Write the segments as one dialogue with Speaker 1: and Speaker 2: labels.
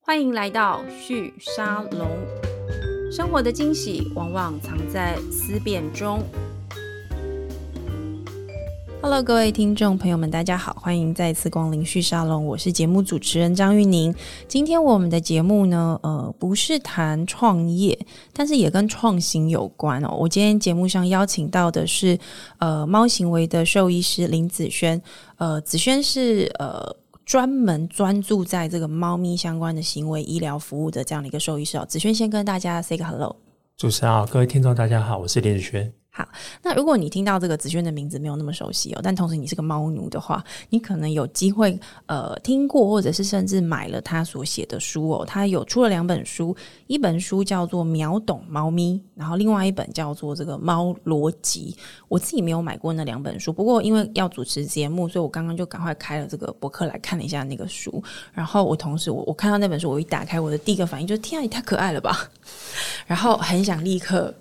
Speaker 1: 欢迎来到旭沙龙。生活的惊喜往往藏在思辨中。Hello，各位听众朋友们，大家好，欢迎再次光临旭沙龙，我是节目主持人张玉宁。今天我们的节目呢，呃，不是谈创业，但是也跟创新有关哦。我今天节目上邀请到的是呃猫行为的兽医师林子轩，呃，子轩是呃。专门专注在这个猫咪相关的行为医疗服务的这样的一个兽医师哦，子轩先跟大家 say 个 hello。
Speaker 2: 主持人好，各位听众大家好，我是林子轩。
Speaker 1: 那如果你听到这个子轩的名字没有那么熟悉哦，但同时你是个猫奴的话，你可能有机会呃听过，或者是甚至买了他所写的书哦。他有出了两本书，一本书叫做《秒懂猫咪》，然后另外一本叫做这个《猫逻辑》。我自己没有买过那两本书，不过因为要主持节目，所以我刚刚就赶快开了这个博客来看了一下那个书。然后我同时我我看到那本书，我一打开，我的第一个反应就是天啊，也太可爱了吧！然后很想立刻。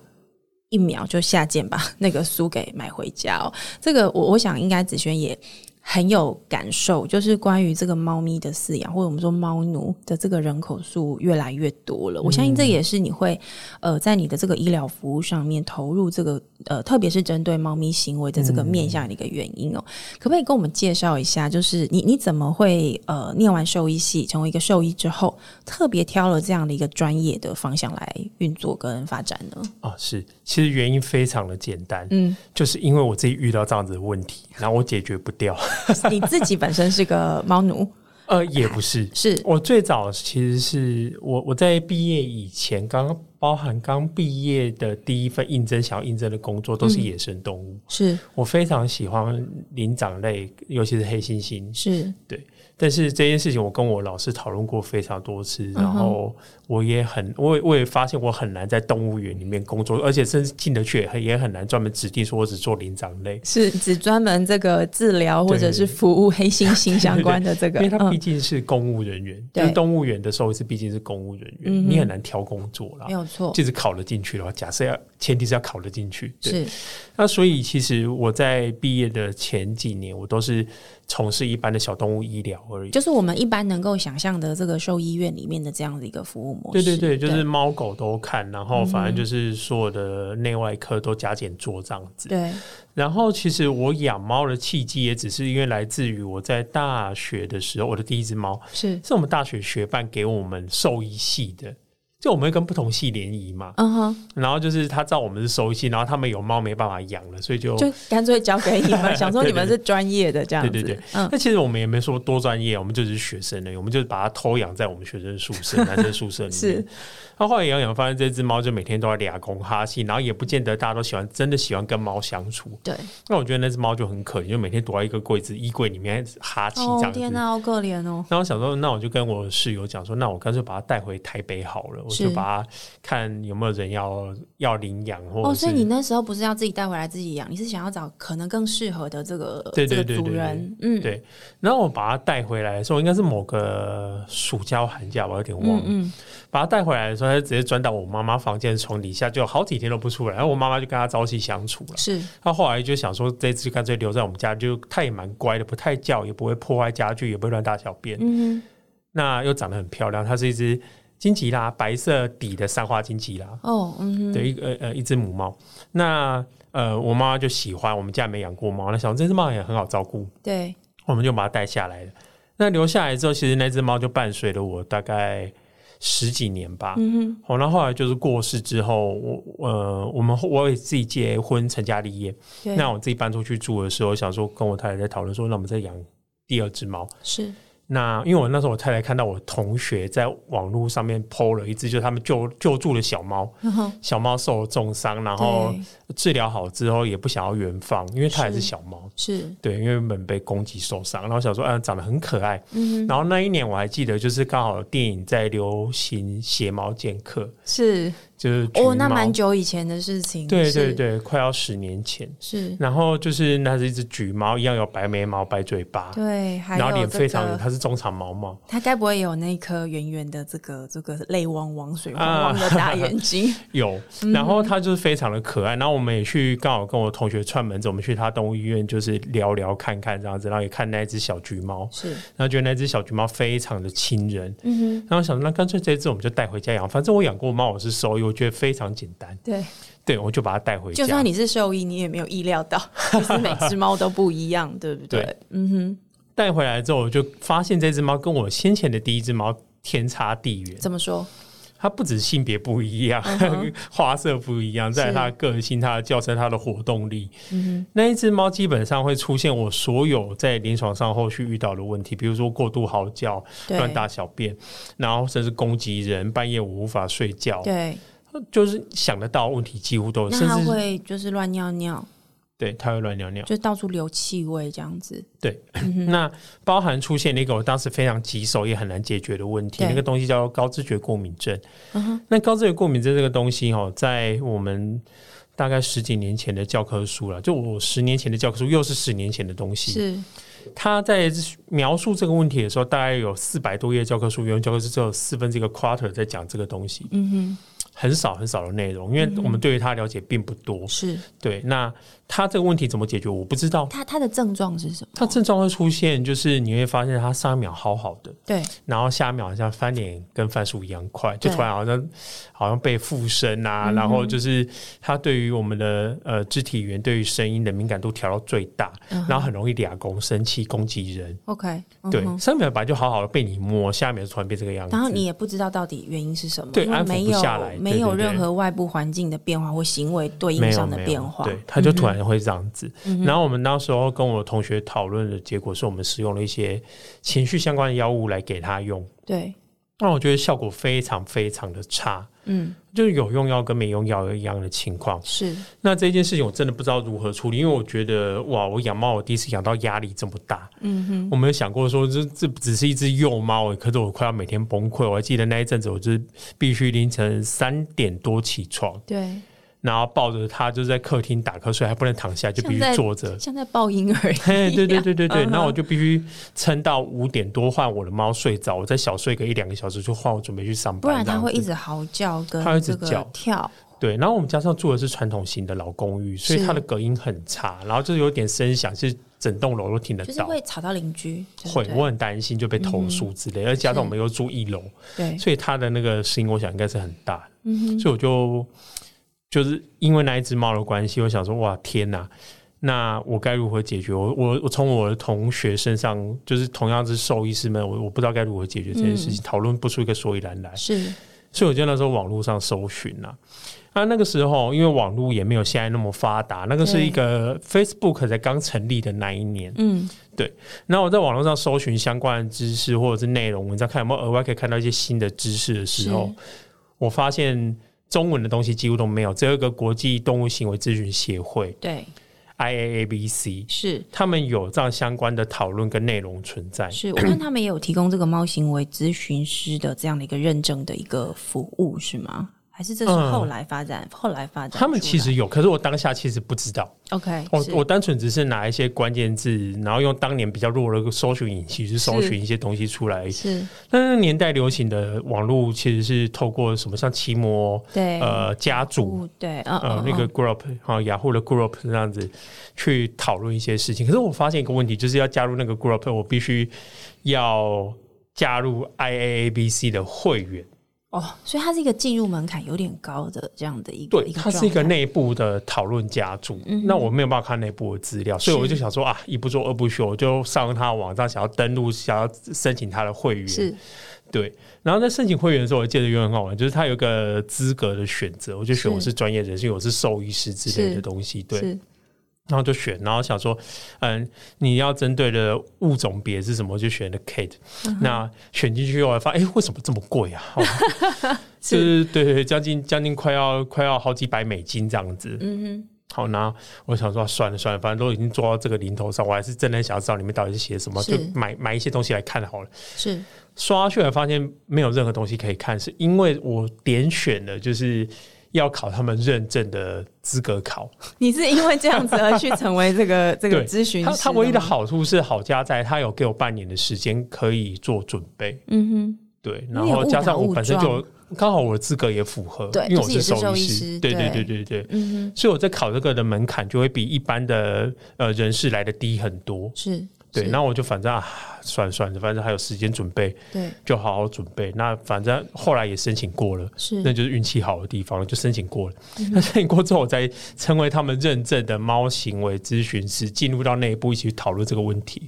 Speaker 1: 一秒就下键把 那个书给买回家哦。这个我我想应该子轩也很有感受，就是关于这个猫咪的饲养，或者我们说猫奴的这个人口数越来越多了。我相信这也是你会呃在你的这个医疗服务上面投入这个呃，特别是针对猫咪行为的这个面向的一个原因哦。可不可以跟我们介绍一下，就是你你怎么会呃念完兽医系，成为一个兽医之后，特别挑了这样的一个专业的方向来运作跟发展呢？
Speaker 2: 啊，是，其实原因非常的简单，
Speaker 1: 嗯，
Speaker 2: 就是因为我自己遇到这样子的问题，然后我解决不掉。
Speaker 1: 你自己本身是个猫奴，
Speaker 2: 呃，也不是，
Speaker 1: 是
Speaker 2: 我最早其实是我我在毕业以前，刚刚包含刚毕业的第一份应征想要应征的工作都是野生动物，
Speaker 1: 是
Speaker 2: 我非常喜欢灵长类，尤其是黑猩猩，
Speaker 1: 是，
Speaker 2: 但是这件事情我跟我老师讨论过非常多次，
Speaker 1: 嗯哼
Speaker 2: 然后我也很，我也我也发现我很难在动物园里面工作，而且甚至进得去也很也很难专门指定说我只做灵长类，
Speaker 1: 是只专门这个治疗或者是服务黑猩猩相关的 这个，
Speaker 2: 因为他毕
Speaker 1: 嗯，
Speaker 2: 竟是公务人员，
Speaker 1: 对
Speaker 2: 就是动物园的兽医师毕竟是公务人员，
Speaker 1: 嗯哼嗯
Speaker 2: 你很难挑工作啦
Speaker 1: 没。有错，
Speaker 2: 即使考得进去的话，假设要前提是要考得进去，对。
Speaker 1: 是
Speaker 2: 那所以其实我在毕业的前几年，我都是从事一般的小动物医疗而已。
Speaker 1: 就是我们一般能够想象的这个兽医院里面的这样的一个服务模
Speaker 2: 对
Speaker 1: 式，
Speaker 2: 对对，就是猫狗都看，然后反正就是所有的内外科都加减做这样子。
Speaker 1: 对
Speaker 2: 然后其实我养猫的契机也只是因为来自于我在大学的时候，我的第一只猫
Speaker 1: 是，
Speaker 2: 是我们大学学办给我们兽医系的，就我们会跟不同系联谊嘛，
Speaker 1: 嗯哼，
Speaker 2: 然后就是他知道我们是兽医系，然后他们有猫没办法养了，所以就。
Speaker 1: 就干脆交给你 们，想说你们是专业的这样子，
Speaker 2: 对对对
Speaker 1: 嗯，
Speaker 2: 那其实我们也没说多专业，我们就是学生的，我们就把它偷养在我们学生宿 舍、男生宿舍里面。
Speaker 1: 是
Speaker 2: 那后来养养发现这只猫就每天都在俩公哈气，然后也不见得大家都喜欢，真的喜欢跟猫相处。
Speaker 1: 对，
Speaker 2: 那我觉得那只猫就很可怜，就每天躲在一个柜子、衣柜里面哈气这
Speaker 1: 哦
Speaker 2: 样子。
Speaker 1: 天哪，好可怜哦，
Speaker 2: 然后想说，那我就跟我室友讲说，那我干脆把它带回台北好了，我
Speaker 1: 是
Speaker 2: 就把它看有没有人要要领养，或者
Speaker 1: 哦，
Speaker 2: 是、
Speaker 1: 所以你那时候不是要自己带回来自己养，你是想要找可能更适合的这个
Speaker 2: 对
Speaker 1: 这个
Speaker 2: 对对
Speaker 1: 主
Speaker 2: 对对
Speaker 1: 人，嗯，
Speaker 2: 对。然后我把它带回来的时候，应该是某个暑假或寒假吧，有点
Speaker 1: 嗯
Speaker 2: 忘了。
Speaker 1: 嗯，
Speaker 2: 把它带回来的时候，它就直接钻到我妈妈房间的床底下，就好几天都不出来。然后我妈妈就跟它朝夕相处了。
Speaker 1: 是
Speaker 2: 他后来就想说，这次干脆留在我们家，就他也蛮乖的，不太叫，也不会破坏家具，也不会乱大小便。
Speaker 1: 嗯
Speaker 2: 那又长得很漂亮，它是一只金吉拉，白色底的三花金吉拉，
Speaker 1: 哼哦嗯哼，
Speaker 2: 对，一个呃呃一只母猫。那呃，我妈妈就喜欢，我们家没养过猫，那想这只猫也很好照顾，
Speaker 1: 对，
Speaker 2: 我们就把它带下来了。那留下来之后，其实那只猫就伴随了我大概十几年吧。
Speaker 1: 嗯哼，
Speaker 2: 好、哦那后来就是过世之后，我呃，我们后我也自己结婚成家立业，
Speaker 1: 对，
Speaker 2: 那我自己搬出去住的时候，想说跟我太太在讨论说，那我们再养第二只猫。
Speaker 1: 是
Speaker 2: 那因为我那时候我太太看到我同学在网络上面 PO 了一只，就是他们救救助的小猫，
Speaker 1: 嗯哼
Speaker 2: 小猫受了重伤，然后
Speaker 1: 对
Speaker 2: 治疗好之后也不想要原放，因为它还是
Speaker 1: 是
Speaker 2: 小猫，
Speaker 1: 是，
Speaker 2: 对，因为原本被攻击受伤，然后想说，啊，长得很可爱。
Speaker 1: 嗯哼，
Speaker 2: 然后那一年我还记得，就是刚好电影在流行《邪猫剑客》，
Speaker 1: 是
Speaker 2: 就是橘
Speaker 1: 哦，那
Speaker 2: 猫
Speaker 1: 蛮久以前的事情。
Speaker 2: 对对
Speaker 1: 是，
Speaker 2: 对，快要十年前。
Speaker 1: 是，
Speaker 2: 然后就是那是一只橘猫，一样有白眉毛、白嘴巴，
Speaker 1: 对，还
Speaker 2: 然后
Speaker 1: 有
Speaker 2: 脸
Speaker 1: 这
Speaker 2: 非常，
Speaker 1: 个，
Speaker 2: 它是中长毛猫。
Speaker 1: 它该不会有那颗圆圆的这个这个泪汪汪、水汪
Speaker 2: 啊
Speaker 1: 汪的大眼 睛？
Speaker 2: 有，
Speaker 1: 嗯
Speaker 2: 然后它就是非常的可爱。然后我们也去刚好跟我同学串门子，我们去他动物医院就是聊聊看看这样子，然后也看那只小橘猫，
Speaker 1: 是，
Speaker 2: 然后觉得那只小橘猫非常的亲人，
Speaker 1: 嗯哼，
Speaker 2: 然后想说那干脆这只我们就带回家养，反正我养过猫，我是收益，我觉得非常简单，
Speaker 1: 对，
Speaker 2: 对我就把它带回
Speaker 1: 就
Speaker 2: 家
Speaker 1: 算。你是兽医，你也没有意料 到，就是每只猫都不一样，对不对？
Speaker 2: 对
Speaker 1: 嗯哼，
Speaker 2: 带回来之后，我就发现这只猫跟我先前的第一只猫天差地远，
Speaker 1: 怎么说？
Speaker 2: 它不止性别不一样，
Speaker 1: 嗯
Speaker 2: 花色不一样，在它的个性、它的叫声、它的活动力，
Speaker 1: 嗯
Speaker 2: 那一只猫基本上会出现我所有在临床上后续遇到的问题，比如说过度嚎叫、
Speaker 1: 对
Speaker 2: 乱大小便，然后甚至攻击人，半夜我无法睡觉，
Speaker 1: 对，
Speaker 2: 就是想得到的问题几乎都有，
Speaker 1: 那
Speaker 2: 甚
Speaker 1: 它
Speaker 2: 至
Speaker 1: 会就是乱尿尿，
Speaker 2: 对它会乱尿尿。
Speaker 1: 就到处留气味这样子。
Speaker 2: 对，
Speaker 1: 嗯
Speaker 2: 那包含出现了一个我当时非常棘手也很难解决的问题，
Speaker 1: 对
Speaker 2: 那个东西叫做高知觉过敏症。
Speaker 1: 嗯哼，
Speaker 2: 那高知觉过敏症这个东西哦，在我们大概十几年前的教科书了，就我十年前的教科书又是十年前的东西。
Speaker 1: 是，
Speaker 2: 他在描述这个问题的时候，大概有四百多页教科书，原文教科书只有四分之一个 quarter 在讲这个东西，
Speaker 1: 嗯
Speaker 2: 很少很少的内容，因为我们对于它了解并不多
Speaker 1: 哼，。是。
Speaker 2: 对，那他这个问题怎么解决，我不知道。
Speaker 1: 它它的症状是什么？
Speaker 2: 他症状会出现，就是你会发现他上一秒好好的，
Speaker 1: 对，
Speaker 2: 然后下一秒好像翻脸跟翻书一样快，就
Speaker 1: 对嗯
Speaker 2: 突然好像好像被附身啊，然后就是他对于我们的呃肢体语言、对于声音的敏感度调到最大，
Speaker 1: 嗯哼
Speaker 2: 然后很容易俩攻、生气、攻击人。
Speaker 1: OK，嗯
Speaker 2: 对，
Speaker 1: 哼
Speaker 2: 上一秒本来就好好的被你摸，下一秒就突然变这个样子。
Speaker 1: 然后你也不知道到底原因是什么，
Speaker 2: 对
Speaker 1: 因为
Speaker 2: 安抚
Speaker 1: 没
Speaker 2: 不
Speaker 1: 有
Speaker 2: 下来对
Speaker 1: 没有
Speaker 2: 对对
Speaker 1: 任何外部环境的变化或行为对应
Speaker 2: 没有
Speaker 1: 上的
Speaker 2: 没有
Speaker 1: 变化。嗯
Speaker 2: 对，他就突然会这样子。然后我们那时候跟我同学讨论的结果是我们使用了一些情绪相关的药物来给他用，
Speaker 1: 对，
Speaker 2: 那我觉得效果非常非常的差。
Speaker 1: 嗯，
Speaker 2: 就是有用药跟没用药一样的情况，
Speaker 1: 是
Speaker 2: 那这件事情我真的不知道如何处理，因为我觉得哇，我养猫我第一次养到压力这么大，嗯哼，我没有想过说这这只是一只幼猫，可是我快要每天崩溃。我还记得那一阵子，我就是必须凌晨三点多起床，
Speaker 1: 对，
Speaker 2: 然后抱着它就在客厅打瞌睡，还不能躺下，就必须
Speaker 1: 像在
Speaker 2: 坐着。
Speaker 1: 像在抱婴儿一样。
Speaker 2: 呃嘿， 对对对对
Speaker 1: 嗯
Speaker 2: 对，
Speaker 1: 哼
Speaker 2: 那、我就必须撑到五点多换我的猫睡着，我再小睡个一两个小时就换我准备去上班，
Speaker 1: 不然
Speaker 2: 这
Speaker 1: 它
Speaker 2: 样
Speaker 1: 会
Speaker 2: 子
Speaker 1: 一直嚎叫跟
Speaker 2: 它会一直
Speaker 1: 这个
Speaker 2: 叫
Speaker 1: 跳。
Speaker 2: 对，然后我们加上住的是传统型的老公寓，所以
Speaker 1: 是
Speaker 2: 它的隔音很差，然后就是有点声响，是整栋楼都听得
Speaker 1: 就是
Speaker 2: 到。
Speaker 1: 会吵到邻居，对不
Speaker 2: 会，
Speaker 1: 对嗯
Speaker 2: 我很担心就被投诉之类，而加上我们又住一楼，
Speaker 1: 对，
Speaker 2: 所以它的那个声音，我想应该是很大的。
Speaker 1: 嗯哼，
Speaker 2: 所以我就就是因为那一只猫的关系，我想说，哇，天哪！那我该如何解决？我我我从我的同学身上，就是同样是兽医师们，我我不知道该如何解决这件事
Speaker 1: 嗯
Speaker 2: 情，讨论不出一个所以然来。
Speaker 1: 是
Speaker 2: 所以我就那时候网络上搜寻啦、啊。那个时候因为网络也没有现在那么发达，那个是一个 Facebook 才刚成立的那一年。
Speaker 1: 嗯，
Speaker 2: 那我在网络上搜寻相关的知识或者是内容文章，看有没有额外可以看到一些新的知识的时候，我发现中文的东西几乎都没有，只有一个国际动物行为咨询协会
Speaker 1: 对，
Speaker 2: （IAABC）。
Speaker 1: 是
Speaker 2: 他们有这样相关的讨论跟内容存在，
Speaker 1: 是，我看他们也有提供这个猫行为咨询师的这样的一个认证的一个服务，是吗？还是这是
Speaker 2: 嗯
Speaker 1: 后来发展，后来发展出来？
Speaker 2: 他们其实有，可是我当下其实不知道。
Speaker 1: OK，
Speaker 2: 我
Speaker 1: 是
Speaker 2: 我单纯只是拿一些关键字，然后用当年比较弱的搜寻引擎去搜寻一些东西出来。
Speaker 1: 是
Speaker 2: 但是那个年代流行的网络其实是透过什么像奇摩、
Speaker 1: 对
Speaker 2: 呃家族、
Speaker 1: 不对，哎嗯
Speaker 2: 呃
Speaker 1: 嗯
Speaker 2: 那个
Speaker 1: 嗯
Speaker 2: group 啊雅虎的 group 这样子去讨论一些事情。可是我发现一个问题，就是要加入那个 group，我必须要加入 IAABC 的会员。
Speaker 1: 哦，所以它是一个进入门槛有点高的这样的一个，
Speaker 2: 对，
Speaker 1: 一个
Speaker 2: 它是一个
Speaker 1: 状态
Speaker 2: 内部的讨论家族，
Speaker 1: 嗯哼
Speaker 2: 那我没有办法看内部的资料，所以
Speaker 1: 是
Speaker 2: 我就想说啊，一不做二不休，我就上他的网站，想要登录，想要申请他的会员。
Speaker 1: 是
Speaker 2: 对，然后在申请会员的时候，我记得有很好玩，就是他有一个资格的选择，我就选
Speaker 1: 是
Speaker 2: 我是专业人士，我是兽医师之类
Speaker 1: 是
Speaker 2: 的东西。对，
Speaker 1: 是
Speaker 2: 然后就选，然后想说，嗯，你要针对的物种别是什么，我就选了 Kate、那
Speaker 1: 嗯
Speaker 2: 选进去后，我发现，哎、为什么这么 贵啊？哦就是对对，对将近将近快要快要好几百美金这样子。
Speaker 1: 嗯哼，
Speaker 2: 好，那我想说啊算了算了，反正都已经做到这个零头上，我还是真的想知道里面到底是写什么，
Speaker 1: 是
Speaker 2: 就买买一些东西来看好了。
Speaker 1: 是
Speaker 2: 刷下去来发现没有任何东西可以看，是因为我点选了就是要考他们认证的资格考。
Speaker 1: 你是因为这样子而去成为这个 这个
Speaker 2: 对
Speaker 1: 咨询师
Speaker 2: 它
Speaker 1: 吗？
Speaker 2: 它唯一的好处是好家在，它有给我半年的时间可以做准备。
Speaker 1: 嗯哼，
Speaker 2: 对，
Speaker 1: 你
Speaker 2: 然
Speaker 1: 有
Speaker 2: 后
Speaker 1: 误
Speaker 2: 加
Speaker 1: 打
Speaker 2: 上
Speaker 1: 误
Speaker 2: 我本身就
Speaker 1: 撞
Speaker 2: 有刚好我的资格也符合，
Speaker 1: 对
Speaker 2: 因为
Speaker 1: 就
Speaker 2: 我
Speaker 1: 是也是兽
Speaker 2: 兽
Speaker 1: 医
Speaker 2: 医
Speaker 1: 师
Speaker 2: 对对
Speaker 1: 对
Speaker 2: 对对对。
Speaker 1: 嗯哼，
Speaker 2: 所以我在考这个的门槛就会比一般的呃人士来的低很多。
Speaker 1: 是，
Speaker 2: 对，
Speaker 1: 是
Speaker 2: 那我就反正啊，算了算了，反正还有时间准备，
Speaker 1: 对
Speaker 2: 就好好准备。那反正后来也申请过了。
Speaker 1: 是
Speaker 2: 那就是运气好的地方了，就申请过了。
Speaker 1: 嗯
Speaker 2: 那申请过之后，我再成为他们认证的猫行为咨询师，进入到内部一起讨论这个问题。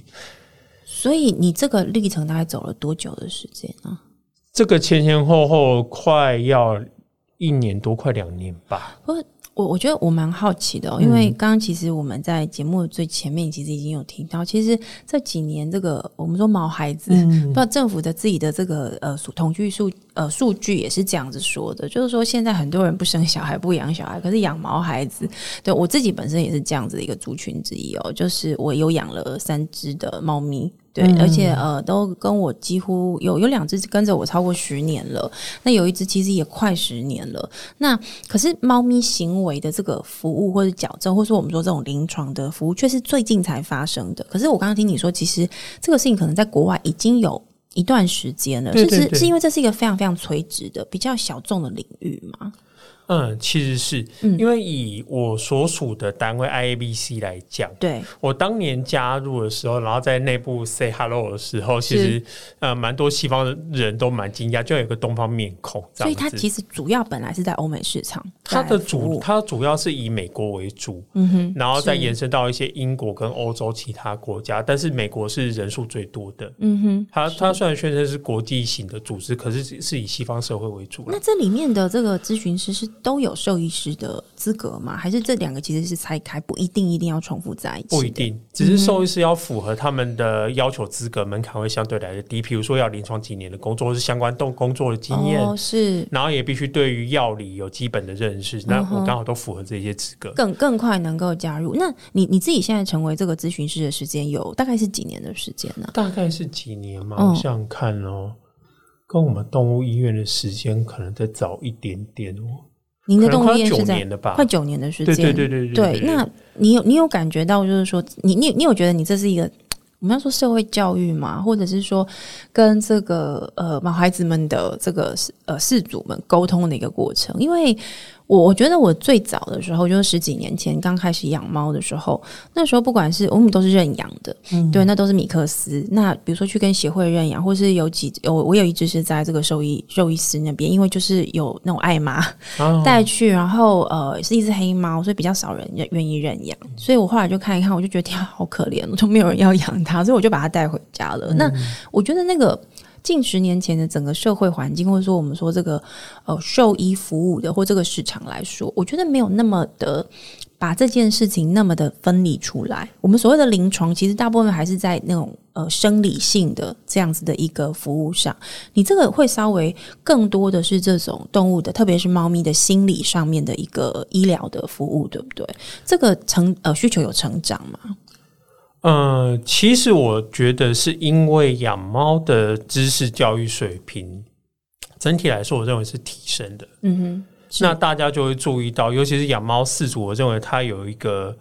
Speaker 1: 所以你这个历程大概走了多久的时间呢、
Speaker 2: 这个前前后后快要一年多，快两年吧。
Speaker 1: 我我觉得我蛮好奇的、哦，因为刚刚其实我们在节目的最前面其实已经有提到，其实这几年这个我们说毛孩子，不知道政府的自己的这个呃数统计数呃数据也是这样子说的，就是说现在很多人不生小孩不养小孩，可是养毛孩子，对我自己本身也是这样子的一个族群之一哦，就是我有养了三只的猫咪。对，
Speaker 2: 嗯
Speaker 1: 而且呃，都跟我几乎有有两只跟着我超过十年了，那有一只其实也快十年了。那可是猫咪行为的这个服务或者矫正，或是我们说这种临床的服务，却是最近才发生的。可是我刚刚听你说，其实这个事情可能在国外已经有一段时间了，
Speaker 2: 对对
Speaker 1: 是是
Speaker 2: 对
Speaker 1: 是因为这是一个非常非常垂直的、比较小众的领域嘛？
Speaker 2: 嗯，其实是、因为以我所属的单位 IABC 来讲，
Speaker 1: 对，
Speaker 2: 我当年加入的时候，然后在内部 say hello 的时候，其实呃，蛮多西方人都蛮惊讶，就有一个东方面孔这
Speaker 1: 所
Speaker 2: 样
Speaker 1: 以
Speaker 2: 子。
Speaker 1: 它其实主要本来是在欧美市场，
Speaker 2: 它的
Speaker 1: 在服
Speaker 2: 主
Speaker 1: 务
Speaker 2: 它主要是以美国为主，
Speaker 1: 嗯哼，
Speaker 2: 然后再
Speaker 1: 是
Speaker 2: 延伸到一些英国跟欧洲其他国家，但是美国是人数最多的。
Speaker 1: 嗯哼。
Speaker 2: 它它虽然宣称是国际型的组织，可是是是以西方社会为主啦
Speaker 1: 那这里面的这个咨询师是都有兽医师的资格吗？还是这两个其实是拆开，不一定一定要重复在一起？
Speaker 2: 不一。定，只是兽医师要符合他们的要求，资格门槛会相对来的低。比如说要临床几年的工作，或是相关动工作的经验，
Speaker 1: 哦，是
Speaker 2: 然后也必须对于药理有基本的认识。那我刚好都符合这些资格。
Speaker 1: 更更快能够加入。那你你自己现在成为这个咨询师的时间有大概是几年的时间呢、
Speaker 2: 大概是几年嘛？
Speaker 1: 嗯
Speaker 2: 我想想看哦，跟我们动物医院的时间可能再早一点点哦，
Speaker 1: 您
Speaker 2: 可
Speaker 1: 的
Speaker 2: 能
Speaker 1: 动物
Speaker 2: 快
Speaker 1: 医
Speaker 2: 要
Speaker 1: 院
Speaker 2: 九
Speaker 1: 是在
Speaker 2: 年了吧
Speaker 1: 快？九年的时间，
Speaker 2: 对对对对对对对
Speaker 1: 那你有你有感觉到，就是说，你你你有觉得你这是一个我们要说社会教育嘛，或者是说跟这个呃毛孩子们的这个呃事主们沟通的一个过程？因为我我觉得我最早的时候就是十几年前刚开始养猫的时候，那时候不管是我们都是认养的，
Speaker 2: 嗯
Speaker 1: 对，那都是米克斯。那比如说去跟协会认养，或是有几有我有一只是在这个兽医兽医师那边，因为就是有那种爱妈，
Speaker 2: 啊，
Speaker 1: 带去，然后呃是一只黑猫，所以比较少人愿愿意认养，所以我后来就看一看，我就觉得天啊，好可怜，我就没有人要养它，所以我就把它带回家了。那我觉得那个近十年前的整个社会环境，或者说我们说这个呃兽医服务的或这个市场来说，我觉得没有那么的。把这件事情那么的分离出来，我们所谓的临床，其实大部分还是在那种呃生理性的这样子的一个服务上。你这个会稍微更多的是这种动物的，特别是猫咪的心理上面的一个医疗的服务，对不对？这个成呃需求有成长嘛？
Speaker 2: 呃，其实我觉得是因为养猫的知识教育水平整体来说，我认为是提升的。
Speaker 1: 嗯哼，是
Speaker 2: 那大家就会注意到，尤其是养猫饲主，我认为它有一个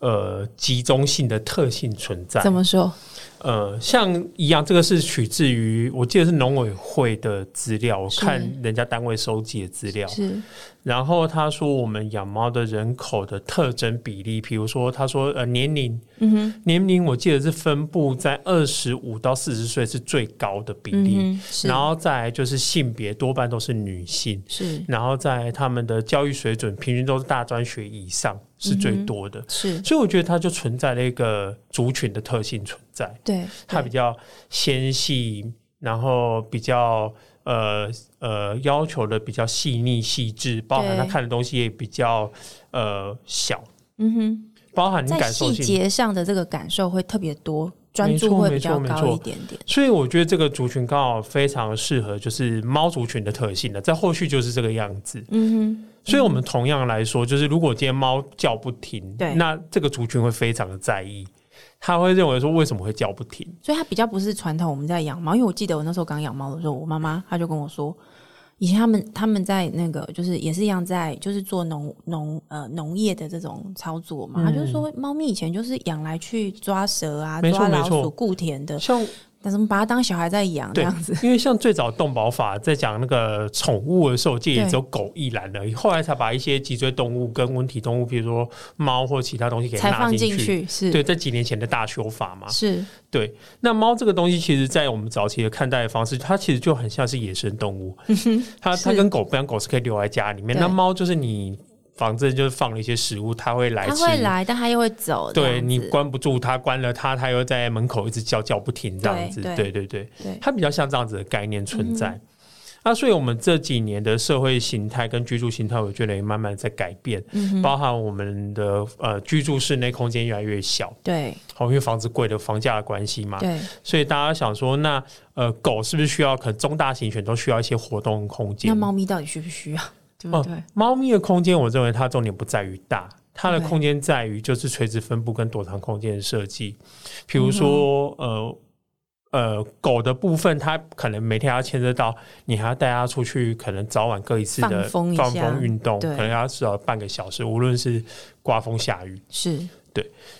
Speaker 2: 呃集中性的特性存在
Speaker 1: 怎。么说？
Speaker 2: 呃，像一样，这个是取自于我记得是农委会的资料，我
Speaker 1: 是
Speaker 2: 看人家单位收集的资料。
Speaker 1: 是
Speaker 2: 然后他说，我们养猫的人口的特征比例，比如说他说呃年龄，
Speaker 1: 嗯哼，
Speaker 2: 年龄我记得是分布在二十五到四十岁是最高的比
Speaker 1: 嗯
Speaker 2: 例，
Speaker 1: 哼，是，
Speaker 2: 然后再来就是性别多半都是女性，
Speaker 1: 是
Speaker 2: 然后在他们的教育水准平均都是大专学以上是
Speaker 1: 嗯
Speaker 2: 最多的，
Speaker 1: 是，
Speaker 2: 所以我觉得它就存在了一个族群的特性存在，
Speaker 1: 对，
Speaker 2: 它比较纤细，然后比较呃呃要求的比较细腻细致，包含他
Speaker 1: 对
Speaker 2: 看的东西也比较呃小，
Speaker 1: 嗯哼，
Speaker 2: 包含你
Speaker 1: 在
Speaker 2: 感受
Speaker 1: 细
Speaker 2: 性。
Speaker 1: 节上的这个感受会特别多，专注会比较
Speaker 2: 没错没错
Speaker 1: 高一点点。
Speaker 2: 所以我觉得这个族群刚好非常适合，就是猫族群的特性了，在后续就是这个样子。
Speaker 1: 嗯
Speaker 2: 所以，我们同样来说，就是如果今天猫叫不停，
Speaker 1: 对
Speaker 2: 那这个族群会非常的在意，他会认为说为什么会叫不停？
Speaker 1: 哼，所以它比较不是传统我们在养猫，因为我记得我那时候刚养猫的时候，我妈妈她就跟我说。以前他们他们在那个就是也是一样在就是做农农呃农业的这种操作嘛，她就是说猫咪以前就是养来去抓蛇啊、
Speaker 2: 嗯没错
Speaker 1: 抓老
Speaker 2: 没错
Speaker 1: 鼠、顾田的，
Speaker 2: 像
Speaker 1: 但是我们把它当小孩在养这
Speaker 2: 对
Speaker 1: 样 子。，
Speaker 2: 因为像最早动保法在讲那个宠物的时候，界也只有狗一栏而已，后来才把一些脊椎动物跟温体动物，比如说猫或其他东西给
Speaker 1: 才
Speaker 2: 纳
Speaker 1: 放
Speaker 2: 进
Speaker 1: 进。去，是
Speaker 2: 对，在几年前的大修法嘛，
Speaker 1: 是，
Speaker 2: 对，那猫这个东西，其实，在我们早期的看待的方式，它其实就很像是野生动 物。它
Speaker 1: 是
Speaker 2: 它跟狗不一样，狗是可以留在家里面，
Speaker 1: 对
Speaker 2: 那猫就是你房子就是放了一些食物，它会来
Speaker 1: 它
Speaker 2: 吃。
Speaker 1: 会来，但它又会走，这
Speaker 2: 对
Speaker 1: 样
Speaker 2: 你
Speaker 1: 子
Speaker 2: 关不住它，关了它，它又在门口一直叫叫不停，这样
Speaker 1: 对
Speaker 2: 子。
Speaker 1: 对
Speaker 2: 对对对，
Speaker 1: 对
Speaker 2: 它比较像这样子的概念存
Speaker 1: 嗯
Speaker 2: 在。那所以，我们这几年的社会形态跟居住形态，我觉得也慢慢在改变，
Speaker 1: 嗯
Speaker 2: 包含我们的呃居住室内空间越来越小，哦
Speaker 1: 对
Speaker 2: 好，因为房子贵的房价的关系嘛，
Speaker 1: 对
Speaker 2: 所以大家想说，那呃，狗是不是需要可能中大型犬都需要一些活动空间？
Speaker 1: 那猫咪到底需不需要？ 对不
Speaker 2: 哦
Speaker 1: 对？
Speaker 2: 猫咪的空间，我认为它重点不在于大，它的
Speaker 1: OK
Speaker 2: 空间在于就是垂直分布跟躲藏空间的设计。比如说，
Speaker 1: 嗯
Speaker 2: 呃呃，狗的部分，它可能每天要牵涉到，你还要带它出去，可能早晚各一次的
Speaker 1: 放风一下
Speaker 2: 放风运动，
Speaker 1: 对
Speaker 2: 可能要至少半个小时，无论是刮风下雨。
Speaker 1: 是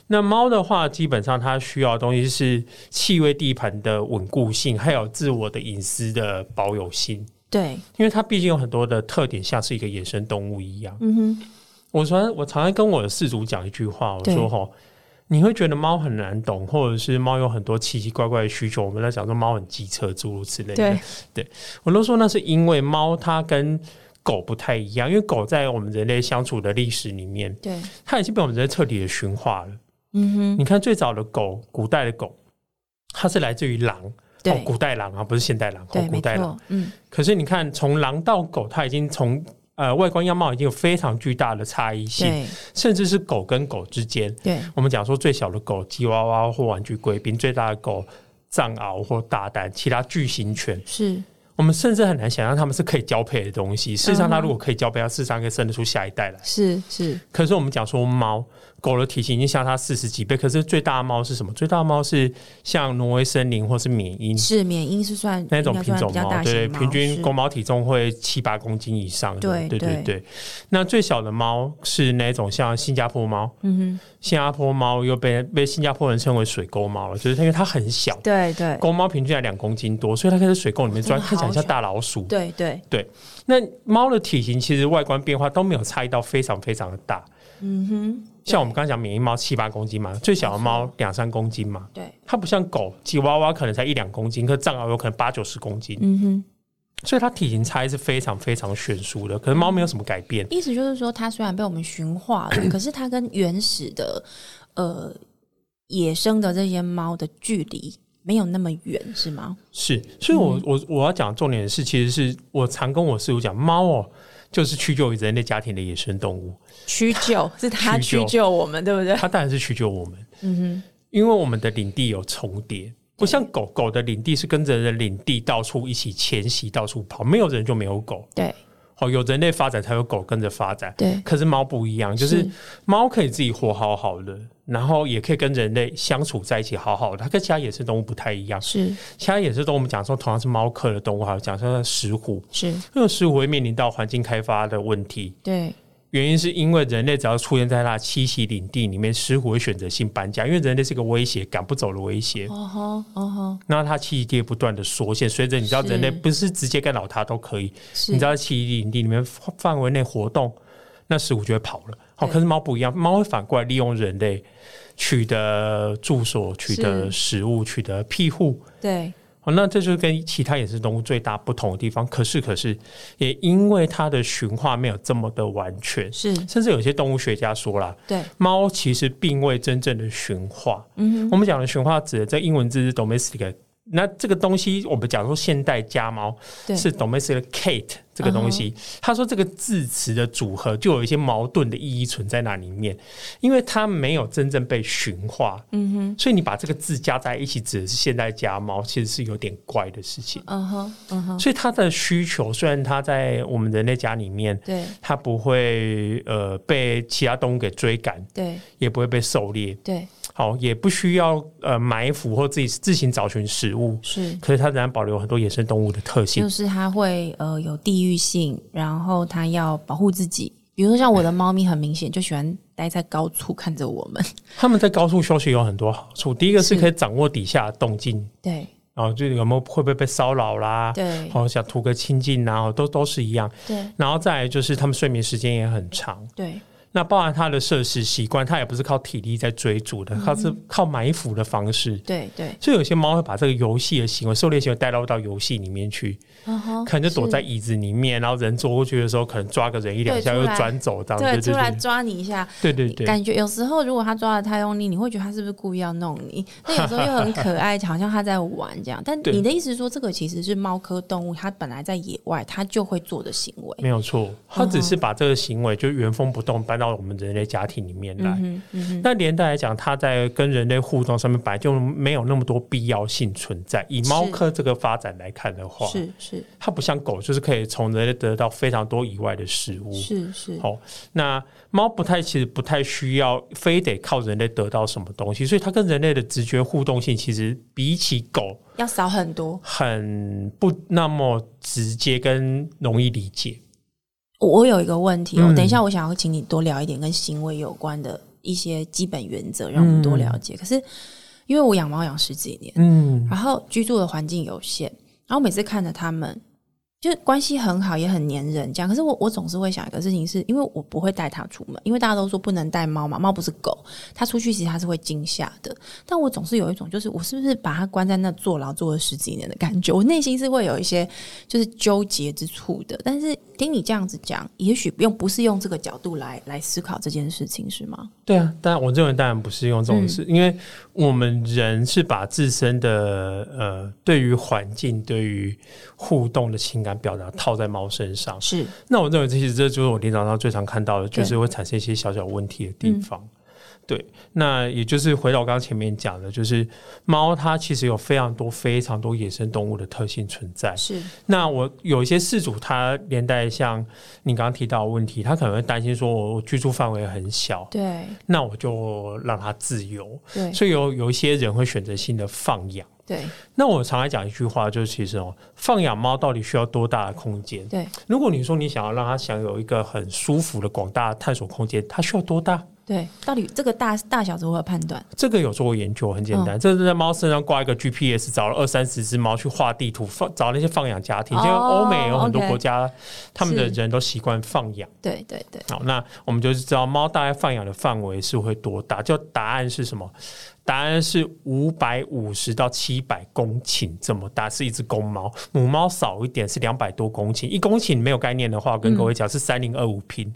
Speaker 2: 那猫的话，基本上它需要的东西是气味地盘的稳固性，还有自我的隐私的保有性，
Speaker 1: 对，
Speaker 2: 因为它毕竟有很多的特点，像是一个野生动物一样。
Speaker 1: 嗯哼，
Speaker 2: 我常我常常跟我的饲主讲一句话，我
Speaker 1: 对
Speaker 2: 说吼。你会觉得猫很难懂，或者是猫有很多奇奇怪怪的需求。我们在讲说猫很机车，诸如此类的。
Speaker 1: 对
Speaker 2: 我都说那是因为猫它跟狗不太一样，因为狗在我们人类相处的历史里面，
Speaker 1: 对，
Speaker 2: 它已经被我们人类彻底的驯化了。
Speaker 1: 嗯哼，
Speaker 2: 你看最早的狗，古代的狗，它是来自于狼，哦，
Speaker 1: 对
Speaker 2: 古代狼啊，不是现代狼，哦
Speaker 1: 对，，
Speaker 2: 古
Speaker 1: 没
Speaker 2: 代狼。
Speaker 1: 错，嗯，
Speaker 2: 可是你看，从狼到狗，它已经从呃外观样貌已经有非常巨大的差异性，
Speaker 1: 对
Speaker 2: 甚至是狗跟狗之间。
Speaker 1: 对
Speaker 2: 我们讲说最小的狗吉娃娃或玩具贵宾，最大的狗藏獒或大丹，其他巨型犬，
Speaker 1: 是，
Speaker 2: 我们甚至很难想象它们是可以交配的东西。事实上，
Speaker 1: 嗯
Speaker 2: 它
Speaker 1: 哼
Speaker 2: 如果可以交配，它事实上可以生得出下一代来。
Speaker 1: 是是，
Speaker 2: 可是我们讲说猫狗的体型已经相差四十几倍，可是最大的猫是什么？最大的猫是像挪威森林或是缅因
Speaker 1: 是缅因是算
Speaker 2: 嗯那种
Speaker 1: 应该
Speaker 2: 品
Speaker 1: 算
Speaker 2: 种
Speaker 1: 比较
Speaker 2: 猫，
Speaker 1: 大型
Speaker 2: 对，
Speaker 1: 猫
Speaker 2: 平均
Speaker 1: 是
Speaker 2: 公猫体重会七八公斤以上的。
Speaker 1: 对
Speaker 2: 对对
Speaker 1: 对
Speaker 2: 对。那最小的猫是那种像新加坡猫，
Speaker 1: 嗯
Speaker 2: 新加坡猫又被被新加坡人称为水沟猫了，就是因为它很小
Speaker 1: 哼，，对对
Speaker 2: 公猫平均在两公斤多，所以它可以在水沟里面钻，
Speaker 1: 真的
Speaker 2: 看起来
Speaker 1: 好
Speaker 2: 像
Speaker 1: 小
Speaker 2: 大老鼠。
Speaker 1: 对对，
Speaker 2: 那猫的体型其实外观变化都没有差异到非常非常的大。
Speaker 1: 嗯哼，
Speaker 2: 像我们刚刚讲缅因猫七八公斤嘛，最小的猫两三公斤嘛，
Speaker 1: 对，
Speaker 2: 它不像狗吉娃娃可能才一两公斤，可藏獒有可能八九十公斤，
Speaker 1: 嗯哼，
Speaker 2: 所以它体型差异是非常非常悬殊的。可是猫没有什么改变，
Speaker 1: 意思就是说，它虽然被我们驯化 了，可是它跟原始的呃野生的这些猫的距离没有那么远，是吗？
Speaker 2: 是，所以
Speaker 1: 嗯
Speaker 2: 我、我我要讲的重点是，其实是我常跟我师傅讲，猫哦。就是屈就于人类家庭的野生动物，
Speaker 1: 屈就， 是它
Speaker 2: 屈
Speaker 1: 屈
Speaker 2: 就
Speaker 1: 就我们，对不对？
Speaker 2: 它当然是屈就我们，
Speaker 1: 嗯
Speaker 2: 因为我们的领地有重叠，不像狗狗的领地是跟着人的领地到处一起迁徙，到处跑，没有人就没有狗，
Speaker 1: 哼，对
Speaker 2: 哦，有人类发展才有狗跟着发展，
Speaker 1: 对，
Speaker 2: 可是猫不一样，就是猫可以自己活好好的，然后也可以跟人类相处在一起好好的。它跟其他野生动物不太一样。
Speaker 1: 是
Speaker 2: 其他野生动物，我们讲说同样是猫科的动物，还有讲像石虎，
Speaker 1: 是，
Speaker 2: 因为石虎会面临到环境开发的问题，
Speaker 1: 对
Speaker 2: 原因是因为人类只要出现在它的栖息领地里面，石虎会选择性搬家，因为人类是个威胁，赶不走的威胁。
Speaker 1: 哦吼哦吼，
Speaker 2: 那它栖息地不断的缩限，随着你知道
Speaker 1: 是
Speaker 2: 人类不是直接干扰它都可以，
Speaker 1: 是
Speaker 2: 你知道栖息领地里面范范围内活动，那食物就会跑了。好，
Speaker 1: 对
Speaker 2: 可是猫不一样，猫会反过来利用人类取得住所、取得
Speaker 1: 是
Speaker 2: 食物、取得庇护。
Speaker 1: 对
Speaker 2: 好，哦那这就是跟其他野生动物最大不同的地方。可是，可是也因为它的驯化没有这么的完全，
Speaker 1: 是，
Speaker 2: 甚至有些动物学家说啦，
Speaker 1: 对
Speaker 2: 猫其实并未真正的驯化。嗯，我们讲的驯化指的在英文字是 domestic 那这个东西，我们讲说现代家猫
Speaker 1: 对
Speaker 2: 是 domesticate 这个东西，他说这个字词的组合就有一些矛盾的意义存在那里面，因为它没有真正被驯化，嗯哼，所以你把这个字加在一起指的是现代家猫，其实是有点怪的事情。
Speaker 1: 嗯哼，嗯哼，
Speaker 2: 所以它的需求虽然它在我们人类家里面，
Speaker 1: 对
Speaker 2: 它不会呃被其他动物给追赶，
Speaker 1: 对
Speaker 2: 也不会被狩猎，
Speaker 1: 对，
Speaker 2: 好，也不需要呃埋伏或自己自行找寻食物，
Speaker 1: 是，
Speaker 2: 可是它仍然保留很多野生动物的特性
Speaker 1: 就。是它会呃有地域性，然后它要保护自己。比如说像我的猫咪，很明显就喜欢待在高处看着我们。
Speaker 2: 它们在高速休息有很多好处，第一个是
Speaker 1: 是
Speaker 2: 可以掌握底下的动静， 哦
Speaker 1: 对
Speaker 2: 然后就有没有会不会被骚扰啦，
Speaker 1: 对
Speaker 2: 哦想图个清静啊，都都是一样。
Speaker 1: 对
Speaker 2: 然后再来就是它们睡眠时间也很长，
Speaker 1: 对
Speaker 2: 那包含它的摄食习惯，它也不是靠体力在追逐的，
Speaker 1: 嗯
Speaker 2: 它是靠埋伏的方式。
Speaker 1: 对对，
Speaker 2: 所以有些猫会把这个游戏的行为、狩猎行为带到到游戏里面去，
Speaker 1: 嗯哼，
Speaker 2: 可能就躲
Speaker 1: 是
Speaker 2: 在椅子里面，然后人走过去的时候，可能抓个人一两
Speaker 1: 对
Speaker 2: 下
Speaker 1: 出
Speaker 2: 又
Speaker 1: 来
Speaker 2: 转走，这样
Speaker 1: 对，
Speaker 2: 对
Speaker 1: 出来
Speaker 2: 对
Speaker 1: 抓你一下，
Speaker 2: 对对对对
Speaker 1: 感觉有时候如果他抓的太用力，你会觉得他是不是故意要弄 你？但有时候又很可爱，好像他在玩这样。但
Speaker 2: 对
Speaker 1: 你的意思是说，这个其实是猫科动物，它本来在野外它就会做的行为。
Speaker 2: 没有错，
Speaker 1: 嗯
Speaker 2: 它只是把这个行为就原封不动搬到我们人类家庭里面来。
Speaker 1: 嗯嗯哼，
Speaker 2: 那连带来讲，它在跟人类互动上面本来就没有那么多必要性存在。以猫
Speaker 1: 是
Speaker 2: 科这个发展来看的话，
Speaker 1: 是是
Speaker 2: 它不像狗，就是可以从人类得到非常多以外的食物。
Speaker 1: 是是，
Speaker 2: 嗯好，那猫不太，其实不太需要，非得靠人类得到什么东西，所以它跟人类的直觉互动性，其实比起狗
Speaker 1: 要少很多。
Speaker 2: 很不那么直接跟容易理解。
Speaker 1: 我我有一个问题哦，
Speaker 2: 嗯
Speaker 1: 等一下我想要请你多聊一点跟行为有关的一些基本原则，让我们多了解。可是因为我养猫养十几年，
Speaker 2: 嗯，
Speaker 1: 然后居住的环境有限，然后每次看着他们，就是关系很好，也很黏人这样。可是我我总是会想一个事情是，因为我不会带它出门，因为大家都说不能带猫嘛，猫不是狗，它出去其实它是会惊吓的。但我总是有一种，就是我是不是把它关在那坐牢坐了十几年的感觉，我内心是会有一些就是纠结之处的。但是听你这样子讲，也许不用不是用这个角度来来思考这件事情，是吗？
Speaker 2: 对啊，当然我认为当然不是用这种
Speaker 1: 嗯
Speaker 2: 事，因为我们人是把自身的呃对于环境、对于互动的情感表达套在猫身上。
Speaker 1: 是，
Speaker 2: 那我认为这些这就是我临床上最常看到的，
Speaker 1: 对嗯
Speaker 2: 就是会产生一些小小问题的地方。对，那也就是回到我刚刚前面讲的，就是猫它其实有非常多、非常多野生动物的特性存在。
Speaker 1: 是，
Speaker 2: 那我有一些事主，他连带像你刚刚提到的问题，他可能会担心说，我居住范围很小，
Speaker 1: 对，
Speaker 2: 那我就让它自由。
Speaker 1: 对，
Speaker 2: 所以有有一些人会选择性的放养。
Speaker 1: 对，
Speaker 2: 那我常来讲一句话，就是其实哦，放养猫到底需要多大的空间？
Speaker 1: 对，
Speaker 2: 如果你说你想要让它享有一个很舒服的广大的探索空间，它需要多大？
Speaker 1: 对，到底这个大大小如何判断？
Speaker 2: 这个有做过研究，很简
Speaker 1: 嗯
Speaker 2: 单，这是在猫身上挂一个 GPS，找了二三十只猫去画地图，放找那些放养家庭。
Speaker 1: 哦
Speaker 2: 像欧美有很多
Speaker 1: OK
Speaker 2: 国家，他们的
Speaker 1: 是
Speaker 2: 人都习惯放养。
Speaker 1: 对对对，
Speaker 2: 好，那我们就是知道猫大概放养的范围是会多大？就答案是什么？答案是五百五十到七百公顷这么大，是一只公猫。母猫少一点是两百多公顷，一公顷没有概念的话，我跟各
Speaker 1: 嗯
Speaker 2: 位讲是三零二五平。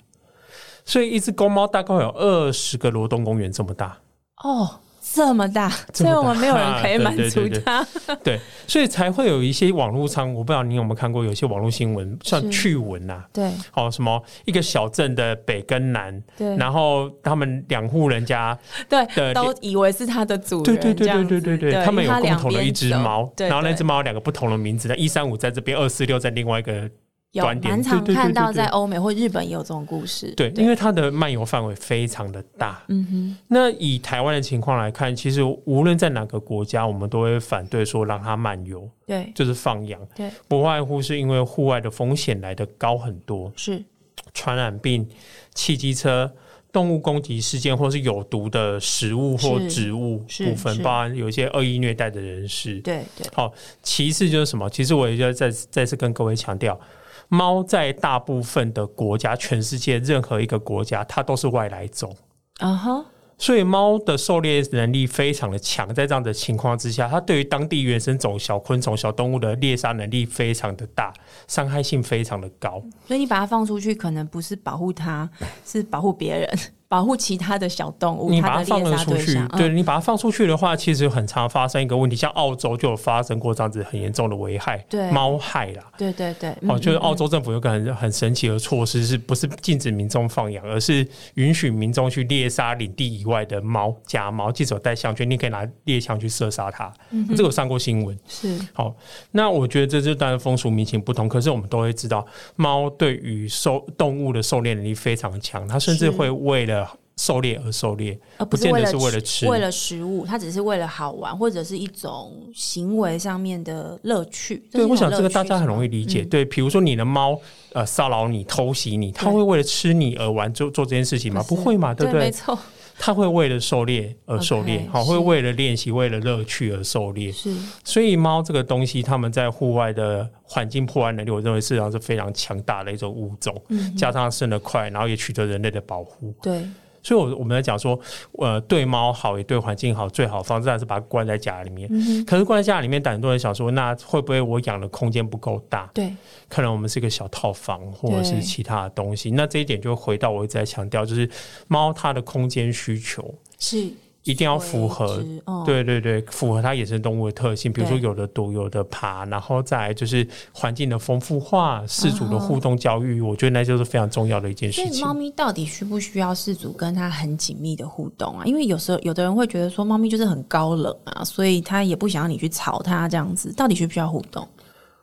Speaker 2: 所以一只公猫大概有二十个罗东公园这 么大，
Speaker 1: 哦，这么大，所
Speaker 2: 这么大
Speaker 1: 以我们没有人可以满
Speaker 2: 对对
Speaker 1: 足
Speaker 2: 对
Speaker 1: 它。
Speaker 2: 对，所以才会有一些网络上，我不知道你有没有看过，有些网络新闻像
Speaker 1: 是
Speaker 2: 趣闻呐、
Speaker 1: 对
Speaker 2: 哦，什么一个小镇的北跟南，
Speaker 1: 对
Speaker 2: 然后他们两户人家对
Speaker 1: 对，都以为是它的主
Speaker 2: 对
Speaker 1: 人，
Speaker 2: 对
Speaker 1: 这
Speaker 2: 对
Speaker 1: 样
Speaker 2: 对
Speaker 1: 子
Speaker 2: 对对对，他们
Speaker 1: 因
Speaker 2: 有
Speaker 1: 为
Speaker 2: 共
Speaker 1: 两
Speaker 2: 同的
Speaker 1: 边
Speaker 2: 一只
Speaker 1: 走
Speaker 2: 猫，
Speaker 1: 对
Speaker 2: 然后那
Speaker 1: 对
Speaker 2: 只猫有两个不同的名字，那一三五在这边，二四六在另外一个。
Speaker 1: 有
Speaker 2: 短点
Speaker 1: 蛮常
Speaker 2: 对对对
Speaker 1: 看到
Speaker 2: 对对
Speaker 1: 在欧美或日本也有这种故事。
Speaker 2: 对，因为它的漫游范围非常的大。
Speaker 1: 嗯哼，
Speaker 2: 那以台湾的情况来看，其实无论在哪个国家，我们都会反对说让它漫游，
Speaker 1: 对
Speaker 2: 就是放养。
Speaker 1: 对
Speaker 2: 不外乎是因为户外的风险来的高很多，
Speaker 1: 是，
Speaker 2: 传染病、汽机车、动物攻击事件，或是有毒的食物或
Speaker 1: 是
Speaker 2: 植物
Speaker 1: 是
Speaker 2: 部分，
Speaker 1: 是
Speaker 2: 包含有一些恶意虐待的人士。
Speaker 1: 对对
Speaker 2: 好，其次就是什么？其实我也要再再次跟各位强调，猫在大部分的国家，全世界任何一个国家，它都是外来种，嗯
Speaker 1: 啊哈，
Speaker 2: 所以猫的狩猎能力非常的强。在这样的情况之下，它对于当地原生种小昆虫、小动物的猎杀能力非常的大，伤害性非常的高。
Speaker 1: 所以你把它放出去，可能不是保护它，是保护别人。保护其他的小动物，
Speaker 2: 你把
Speaker 1: 嗯它
Speaker 2: 它
Speaker 1: 的
Speaker 2: 放
Speaker 1: 猎
Speaker 2: 了
Speaker 1: 杀
Speaker 2: 出
Speaker 1: 对
Speaker 2: 去，
Speaker 1: 象，嗯
Speaker 2: 对你把它放出去的话，其实很常发生一个问题，像澳洲就有发生过这样子很严重的危害，
Speaker 1: 对
Speaker 2: 猫害啦。
Speaker 1: 对对对，嗯
Speaker 2: 哦，就是澳洲政府有个很很神奇的措施，是不是禁止民众放养，而是允许民众去猎杀领地以外的猫、家猫，即使有带项圈，你可以拿猎枪去射杀它。
Speaker 1: 嗯
Speaker 2: 这个有上过新闻。
Speaker 1: 是
Speaker 2: 好，那我觉得这就当然风俗民情不同，可是我们都会知道，猫对于狩动物的狩猎能力非常强，它甚至
Speaker 1: 是
Speaker 2: 会为了狩猎而狩猎，
Speaker 1: 而
Speaker 2: 不见
Speaker 1: 为
Speaker 2: 得
Speaker 1: 了
Speaker 2: 是为了吃。
Speaker 1: 为了食物，它只是为了好玩，或者是一种行为上面的乐趣。啊嗯
Speaker 2: 对，我想这个大家很容
Speaker 1: 易。
Speaker 2: 易理解。对，比如说你的猫呃骚扰你、偷袭你，它
Speaker 1: 对
Speaker 2: 会为了吃你而玩做做这件事情吗？
Speaker 1: 不嗯
Speaker 2: 不
Speaker 1: 是
Speaker 2: 会嘛，啊对不
Speaker 1: 对，没
Speaker 2: 对？
Speaker 1: 错，
Speaker 2: 它会为了狩猎而狩猎
Speaker 1: OK，，
Speaker 2: 好，会
Speaker 1: 是
Speaker 2: 为了练习、为了乐趣而狩猎。
Speaker 1: 是
Speaker 2: 所以猫这个东西，它们在户外的环境破坏能力，我认为事实上是非常强大的一种物种，
Speaker 1: 嗯
Speaker 2: 加上它生得快，然后也取得人类的保护。
Speaker 1: 对，
Speaker 2: 所以，我我们在讲说，呃，对猫好也对环境好，最好的方式当然是把它关在家里面。
Speaker 1: 嗯
Speaker 2: 可是关在家里面，但很多人想说，那会不会我养的空间不够大？
Speaker 1: 对，
Speaker 2: 可能我们是一个小套房或者是
Speaker 1: 对
Speaker 2: 其他的东西。那这一点就回到我一直在强调，就是猫它的空间需求
Speaker 1: 是
Speaker 2: 一定要符合
Speaker 1: 垂直。哦，
Speaker 2: 对对对，符合它野生动物的特性，比如说
Speaker 1: 对
Speaker 2: 有的躲，有的爬，然后再来就是环境的丰富化、饲主的
Speaker 1: 哦
Speaker 2: 互动教育，我觉得那就是非常重要的一件
Speaker 1: 所
Speaker 2: 事
Speaker 1: 以
Speaker 2: 情
Speaker 1: 猫。咪到底需不需要饲主跟它很紧密的互动啊？因为有时候有的人会觉得说，猫咪就是很高冷啊，所以它也不想要你去吵它这样子。到底需不需要互动？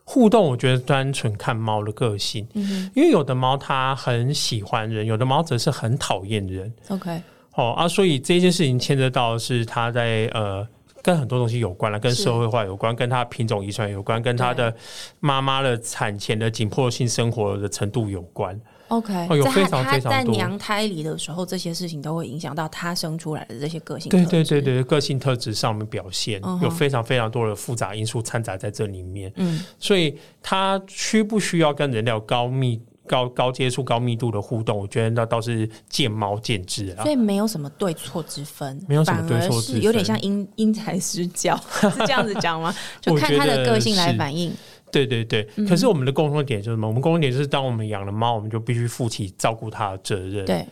Speaker 2: 互动，我觉得单纯看猫的个性，
Speaker 1: 嗯
Speaker 2: 因为有的猫它很喜欢人，有的猫则是很讨厌人。
Speaker 1: OK，
Speaker 2: 哦啊，所以这件事情牵涉到的是它在呃。跟很多东西有关了，跟
Speaker 1: 是
Speaker 2: 社会化有关，跟它品种遗传有关，跟它的妈妈的产前的紧迫性生活的程度有关。
Speaker 1: OK，
Speaker 2: 哦有
Speaker 1: 在
Speaker 2: 非
Speaker 1: 它
Speaker 2: 常
Speaker 1: 它
Speaker 2: 非常
Speaker 1: 在
Speaker 2: 多
Speaker 1: 娘胎里的时候，这些事情都会影响到它生出来的这些个性。
Speaker 2: 对对对，对，个性特质上面表现、
Speaker 1: 嗯哼
Speaker 2: 有非常非常多的复杂因素掺杂在这里面，
Speaker 1: 嗯，
Speaker 2: 所以它需不需要跟人类有高密、高高接触、高密度的互动，我觉得那倒是见猫见智啊
Speaker 1: 所。以没有什么对错之分，
Speaker 2: 没有什么
Speaker 1: 反
Speaker 2: 对
Speaker 1: 而
Speaker 2: 错
Speaker 1: 是
Speaker 2: 之
Speaker 1: 有点
Speaker 2: 分
Speaker 1: 像因因材施 教，是这样子讲吗？就
Speaker 2: 我
Speaker 1: 看
Speaker 2: 觉
Speaker 1: 它的
Speaker 2: 得
Speaker 1: 个性来
Speaker 2: 是
Speaker 1: 反映。
Speaker 2: 对对对，
Speaker 1: 嗯
Speaker 2: 可是我们的共同点就是什么？我们共同点就是，当我们养了猫，我们就必须负起照顾它的责任，
Speaker 1: 对，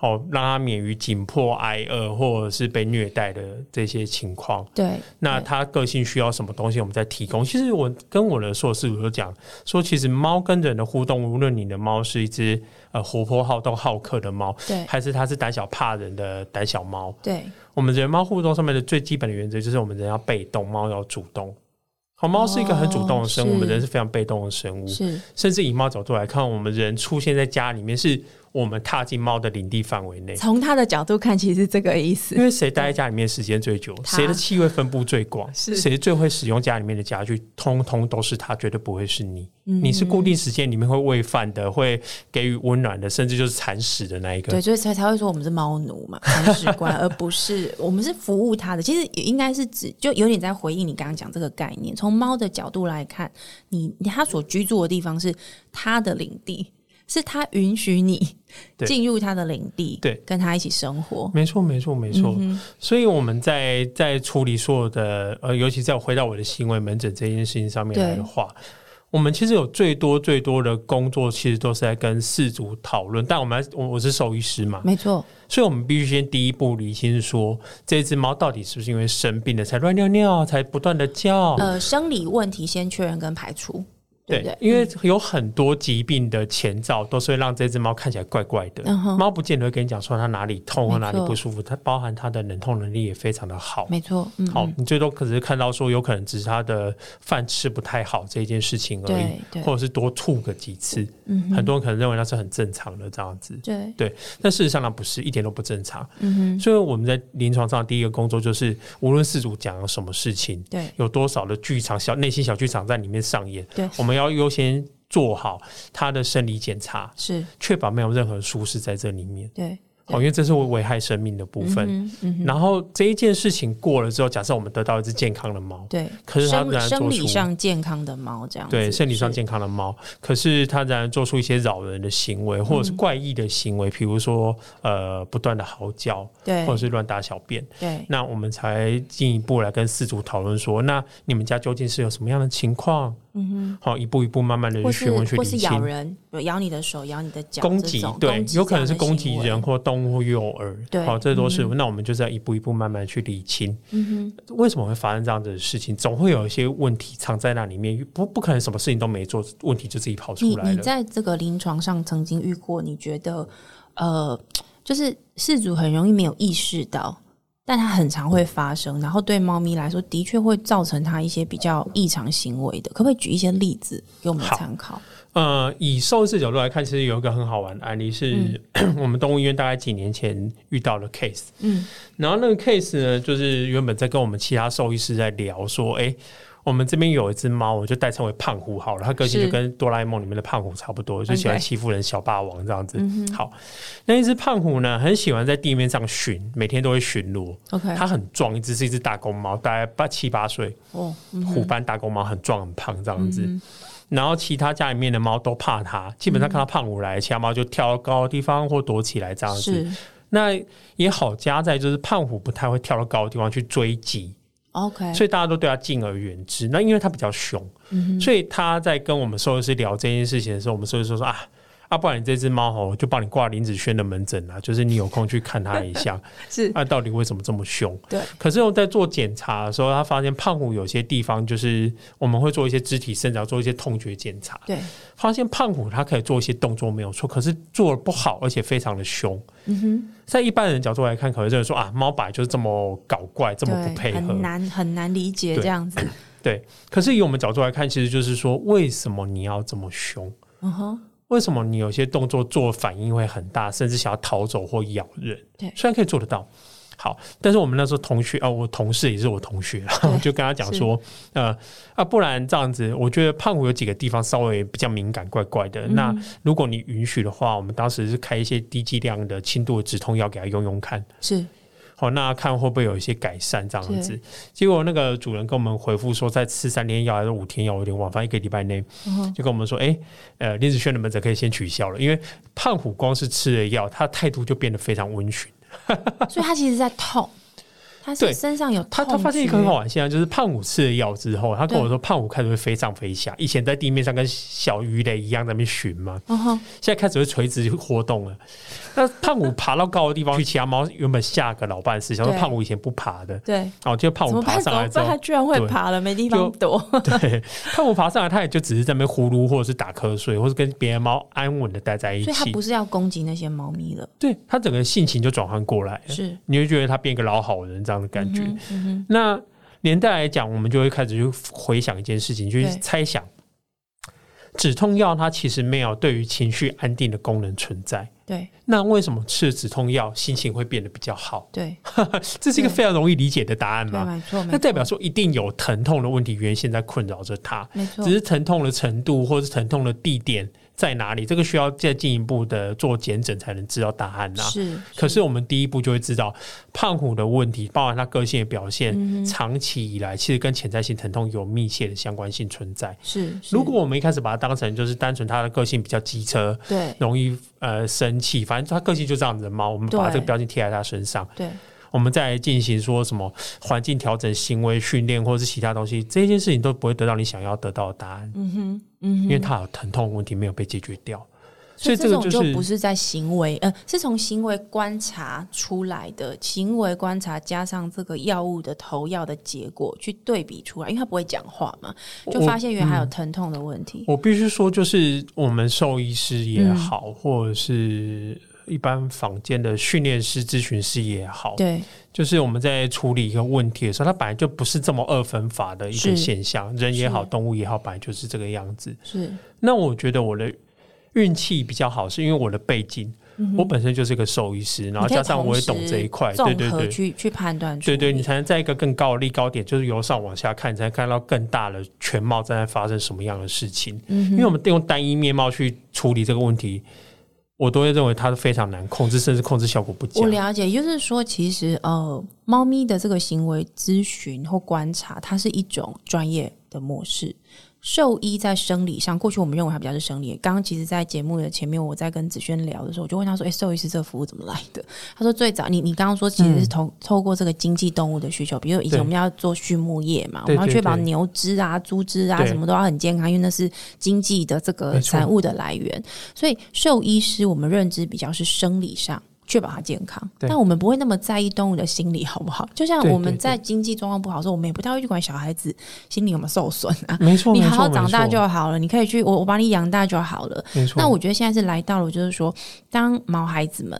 Speaker 2: 哦，让它免于紧迫、挨饿或者是被虐待的这些情况。
Speaker 1: 对，
Speaker 2: 那
Speaker 1: 对
Speaker 2: 它个性需要什么东西，我们再提供。其实我跟我的硕士我都讲说，其实猫跟人的互动，无论你的猫是一只呃活泼好动好客的猫，
Speaker 1: 对
Speaker 2: 还是它是胆小怕人的胆小猫，
Speaker 1: 对，
Speaker 2: 我们人猫互动上面的最基本的原则就是我们人要被动，猫要主动。好，猫是一个很主动的生物，
Speaker 1: 哦
Speaker 2: 我们
Speaker 1: 是
Speaker 2: 人是非常被动的生物。
Speaker 1: 是
Speaker 2: 甚至以猫角度来看，我们人出现在家里面，是我们踏进猫的领地范围内。
Speaker 1: 从他的角度看，其实是这个意
Speaker 2: 因
Speaker 1: 思。
Speaker 2: 为谁待在家里面时间最久，
Speaker 1: 他
Speaker 2: 谁的气味分布最广，
Speaker 1: 是
Speaker 2: 谁最会使用家里面的家具，通通都是他，绝对不会是你。
Speaker 1: 嗯
Speaker 2: 你是固定时间里面会喂饭的，会给予温暖的，甚至就是铲屎的那一个
Speaker 1: 对，。所以才才会说我们是猫奴嘛，铲屎 官，而不是我们是服务它的。其实也应该是指，就有点在回应你刚刚讲这个概念。从猫的角度来看，你它所居住的地方是它的领地，是它允许你
Speaker 2: 对
Speaker 1: 进入它的领地，
Speaker 2: 对
Speaker 1: 跟它一起生活。
Speaker 2: 没错，没错，没错。
Speaker 1: 嗯
Speaker 2: 所以我们在在处理所有的呃，尤其在回到我的行为门诊这件事情上面来的话，我们其实有最多最多的工作，其实都是在跟事主讨论。但我们还我我是兽医师嘛，
Speaker 1: 没错，
Speaker 2: 所以我们必须先第一步厘清说，这只猫到底是不是因为生病了才乱尿尿，才不断的叫。
Speaker 1: 呃，生理问题先确认跟排除，对不对？
Speaker 2: 因为有很多疾病的前兆都是会让这只猫看起来怪怪的。
Speaker 1: 嗯哼
Speaker 2: 猫不见得会跟你讲说它哪里痛或
Speaker 1: 没
Speaker 2: 哪
Speaker 1: 错
Speaker 2: 里不舒服，它包含它的忍痛能力也非常的好。
Speaker 1: 没错，嗯，
Speaker 2: 好，你最多可只是看到说有可能只是它的饭吃不太好这件事情而
Speaker 1: 对
Speaker 2: 已，
Speaker 1: 对
Speaker 2: 或者是多吐个几次，
Speaker 1: 嗯
Speaker 2: 很多人可能认为那是很正常的这样子。
Speaker 1: 对，
Speaker 2: 对，但事实上呢，不是一点都不正常。
Speaker 1: 嗯哼，
Speaker 2: 所以我们在临床上第一个工作就是，无论事主讲了什么事情，
Speaker 1: 对，
Speaker 2: 有多少的剧场小内心小剧场在里面上演，
Speaker 1: 对
Speaker 2: 我们要优先做好他的生理检查，
Speaker 1: 是，
Speaker 2: 确保没有任何舒适在这里面。
Speaker 1: 对，
Speaker 2: 哦，因为这是会危害生命的部分。
Speaker 1: 嗯哼，嗯哼
Speaker 2: 然后这一件事情过了之后，假设我们得到一只健康的猫，
Speaker 1: 对，
Speaker 2: 可是它
Speaker 1: 生
Speaker 2: 仍然
Speaker 1: 生
Speaker 2: 做
Speaker 1: 理
Speaker 2: 出
Speaker 1: 上健康的猫这样子，
Speaker 2: 对生理上
Speaker 1: 是
Speaker 2: 健康的猫，可是它仍然做出一些扰人的行为，或者是
Speaker 1: 嗯
Speaker 2: 怪异的行为，比如说呃不断的嚎叫，
Speaker 1: 对
Speaker 2: 或者是乱大小便。
Speaker 1: 对
Speaker 2: 那我们才进一步来跟饲主讨论说，那你们家究竟是有什么样的情况？嗯哼，好，一步一步慢慢的去
Speaker 1: 或是
Speaker 2: 询问去
Speaker 1: 或
Speaker 2: 理
Speaker 1: 是咬
Speaker 2: 清。
Speaker 1: 人，有咬你的手，咬你的脚，
Speaker 2: 攻
Speaker 1: 这
Speaker 2: 击
Speaker 1: 种
Speaker 2: 对，有可能是
Speaker 1: 这样的
Speaker 2: 攻击
Speaker 1: 行为
Speaker 2: 人或动物或幼儿，
Speaker 1: 对嗯
Speaker 2: 好，这都是、那我们就在一步一步慢慢去理清，嗯哼，为什么会发生这样子的事情？总会有一些问题藏在那里面，不不可能什么事情都没做，问题就自己跑出
Speaker 1: 你
Speaker 2: 来
Speaker 1: 你
Speaker 2: 了。
Speaker 1: 在这个临床上曾经遇过，你觉得呃，就是事主很容易没有意识到，但它很常会发生，然后对猫咪来说的确会造成它一些比较异常行为的，可不可以举一些例子给我们
Speaker 2: 好
Speaker 1: 参考？
Speaker 2: 呃，以受试角度来看，其实有一个很好玩的案例是、 我们动物医院大概几年前遇到的 case。
Speaker 1: 嗯，
Speaker 2: 然后那个 case 呢，就是原本在跟我们其他兽医师在聊说，哎、我们这边有一只猫，我就代称为胖虎好了，它个性
Speaker 1: 是
Speaker 2: 就跟哆啦 A 梦里面的胖虎差不多，就喜欢
Speaker 1: OK
Speaker 2: 欺负人、小霸王这样
Speaker 1: 嗯
Speaker 2: 子。好，那一只胖虎呢，很喜欢在地面上巡，每天都会巡逻。
Speaker 1: OK，
Speaker 2: 它很壮，一只是一只大公猫，大概八七八岁。
Speaker 1: 哦，嗯
Speaker 2: 虎斑大公猫很壮很胖这样子。然后其他家里面的猫都怕它，基本上看到胖虎来，其他猫就跳到高的地方或躲起来这样子。
Speaker 1: 是
Speaker 2: 那也好加在就是胖虎不太会跳到高的地方去追击，
Speaker 1: OK，
Speaker 2: 所以大家都对它敬而远之。那因为它比较凶，
Speaker 1: 嗯
Speaker 2: 所以他在跟我们兽医师聊这件事情的时候，我们兽医师说啊。啊，不然你这只猫吼，我就帮你挂林子轩的门诊啊，就是你有空去看它 一下，
Speaker 1: 是
Speaker 2: 啊，到底为什么这么凶？
Speaker 1: 对，
Speaker 2: 可是我在做检查的时候，他发现胖虎有些地方就是我们会做一些肢体伸展，做一些痛觉检查，
Speaker 1: 对，
Speaker 2: 发现胖虎它可以做一些动作没有错，可是做的不好，而且非常的凶。
Speaker 1: 嗯
Speaker 2: 在一般人角度来看，可能就是说啊，猫摆就是这么搞怪，这么
Speaker 1: 对
Speaker 2: 不配合
Speaker 1: 很。难很难理解
Speaker 2: 对
Speaker 1: 这样子。
Speaker 2: 对，可是以我们角度来看，其实就是说，为什么你要这么凶？
Speaker 1: 嗯哼，
Speaker 2: 为什么你有些动作做反应会很大，甚至想要逃走或咬人？
Speaker 1: 对
Speaker 2: 虽然可以做得到，好，但是我们那时候同学啊，我同事也是我同学，我就跟他讲说，呃啊，不然这样子，我觉得胖虎有几个地方稍微比较敏感，怪怪的。那如果你允许的话，我们当时是开一些低剂量的轻度的止痛药给他用用看。
Speaker 1: 是
Speaker 2: 好，那看会不会有一些改善这样子
Speaker 1: 对？
Speaker 2: 结果那个主人跟我们回复说，在吃三天药还是五天药，我有点忘，反正一个礼拜内，
Speaker 1: 嗯
Speaker 2: 就跟我们说，哎、呃，林子轩的门诊可以先取消了，因为胖虎光是吃了药，他态度就变得非常温驯。
Speaker 1: 所以它其实在痛，它
Speaker 2: 对
Speaker 1: 是身上有
Speaker 2: 他他
Speaker 1: 痛
Speaker 2: 发现一个很
Speaker 1: 觉
Speaker 2: 好玩的现象，就是胖虎吃了药之后，他跟我
Speaker 1: 对
Speaker 2: 说，胖虎开始会飞上飞下，以前在地面上跟小鱼雷一样在那边寻嘛，
Speaker 1: 嗯哼，
Speaker 2: 现在开始会垂直活动了。那胖虎爬到高的地方去，其他猫原本吓个老半死，想说
Speaker 1: 对
Speaker 2: 胖虎以前不爬的，
Speaker 1: 对，
Speaker 2: 哦，就胖
Speaker 1: 怎
Speaker 2: 虎
Speaker 1: 么
Speaker 2: 爬
Speaker 1: 办？怎
Speaker 2: 上来
Speaker 1: 么
Speaker 2: 之
Speaker 1: 办？
Speaker 2: 后
Speaker 1: 它，居然会
Speaker 2: 对
Speaker 1: 爬了，没地方躲。
Speaker 2: 对， 胖虎爬上来，它也就只是在那边呼噜，或者是打瞌睡，或是跟别的猫安稳的待 在一
Speaker 1: 所以它
Speaker 2: 起
Speaker 1: 不。是要攻击那些猫咪了，
Speaker 2: 对，它整个性情就转换过来了，
Speaker 1: 是
Speaker 2: 你会觉得它变一个老好人这样的感觉。
Speaker 1: 嗯嗯哼
Speaker 2: 那连带来讲，我们就会开始去回想一件事情，就是
Speaker 1: 对
Speaker 2: 猜想，止痛药它其实没有对于情绪安定的功能存在。
Speaker 1: 对
Speaker 2: 那为什么吃了止痛药心情会变得比较好？
Speaker 1: 对
Speaker 2: 这是一个
Speaker 1: 对
Speaker 2: 非常容易理解的答案
Speaker 1: 对，啊
Speaker 2: 嘛？
Speaker 1: 没错，没
Speaker 2: 那
Speaker 1: 错
Speaker 2: 代表说一定有疼痛的问题原先在困扰着他。
Speaker 1: 没错，
Speaker 2: 只是疼痛的程度或是疼痛的地点在哪里，这个需要再进一步的做检诊才能知道答案呐、
Speaker 1: 啊是
Speaker 2: 可是我们第一步就会知道，胖虎的问题，包含他个性的表现，
Speaker 1: 嗯
Speaker 2: 长期以来其实跟潜在性疼痛有密切的相关性存在。
Speaker 1: 是，是
Speaker 2: 如果我们一开始把它当成就是单纯他的个性比较机车，
Speaker 1: 对
Speaker 2: 容易呃生气，反正他个性就这样子的猫，我们把
Speaker 1: 对
Speaker 2: 这个标签贴在他身上，
Speaker 1: 对
Speaker 2: 我们再来进行说什么环境调整、行为训练或是其他东西，这件事情都不会得到你想要得到的答案。
Speaker 1: 嗯哼嗯哼，
Speaker 2: 因为它有疼痛问题没有被解决掉，所
Speaker 1: 所
Speaker 2: 以
Speaker 1: 以
Speaker 2: 这
Speaker 1: 这
Speaker 2: 个
Speaker 1: 种
Speaker 2: 就
Speaker 1: 就是不是在行为，呃，是从行为观察出来的，行为观察加上这个药物的投药的结果去对比出来，因为它不会讲话嘛，就
Speaker 2: 我
Speaker 1: 发现原来还有疼痛的问题，
Speaker 2: 我必须说，就是我们兽医师
Speaker 1: 嗯
Speaker 2: 也好，或者是一般坊间的训练师、咨询师也好，
Speaker 1: 对
Speaker 2: 就是我们在处理一个问题的时候，它本来就不是这么二分法的一个
Speaker 1: 是
Speaker 2: 现象，人也好，
Speaker 1: 是
Speaker 2: 动物也好，本来就是这个样子。
Speaker 1: 是
Speaker 2: 那我觉得我的运气比较好，是因为我的背景，我本身就是个兽医师，然后
Speaker 1: 嗯你可以
Speaker 2: 加上我也懂
Speaker 1: 同时
Speaker 2: 这一块，对
Speaker 1: 综
Speaker 2: 对
Speaker 1: 合
Speaker 2: 对。
Speaker 1: 去去判断出
Speaker 2: 对
Speaker 1: 来，
Speaker 2: 对，你才能在一个更高的立高点，就是由上往下看，你才能看到更大的全貌正在发生什么样的事情。
Speaker 1: 嗯
Speaker 2: 因为我们用单一面貌去处理这个问题，我都会认为它是非常难控制，甚至控制效果不佳
Speaker 1: 我。了解，也就是说，其实呃，猫咪的这个行为咨询或观察，它是一种专业的模式。兽医在生理上，过去我们认为它比较是生理。刚刚其实，在节目的前面，我在跟子轩聊的时候，我就问他说：“哎、兽医师这个服务怎么来的？”他说：“最早，你你刚刚说其实是 透、透过这个经济动物的需求，比如以前
Speaker 2: 对
Speaker 1: 我们要做畜牧业嘛，我
Speaker 2: 对
Speaker 1: 们要
Speaker 2: 对
Speaker 1: 确保
Speaker 2: 对
Speaker 1: 牛只啊、猪只啊
Speaker 2: 对
Speaker 1: 什么都要很健康，因为那是经济的这个
Speaker 2: 没错
Speaker 1: 产物的来源。所以，兽医师我们认知比较是生理上。”确保它健康，
Speaker 2: 对
Speaker 1: 但我们不会那么在意动物的心理好不好？就像
Speaker 2: 对
Speaker 1: 我们
Speaker 2: 对
Speaker 1: 在经济状况不好的时候，我们也不太会去管小孩子心理有没有受损啊。
Speaker 2: 没错，
Speaker 1: 你
Speaker 2: 没
Speaker 1: 好好
Speaker 2: 错
Speaker 1: 长大
Speaker 2: 没错
Speaker 1: 就好了，你可以去我我把你养大就好了。
Speaker 2: 没错。
Speaker 1: 那我觉得现在是来到了，就是说，当毛孩子们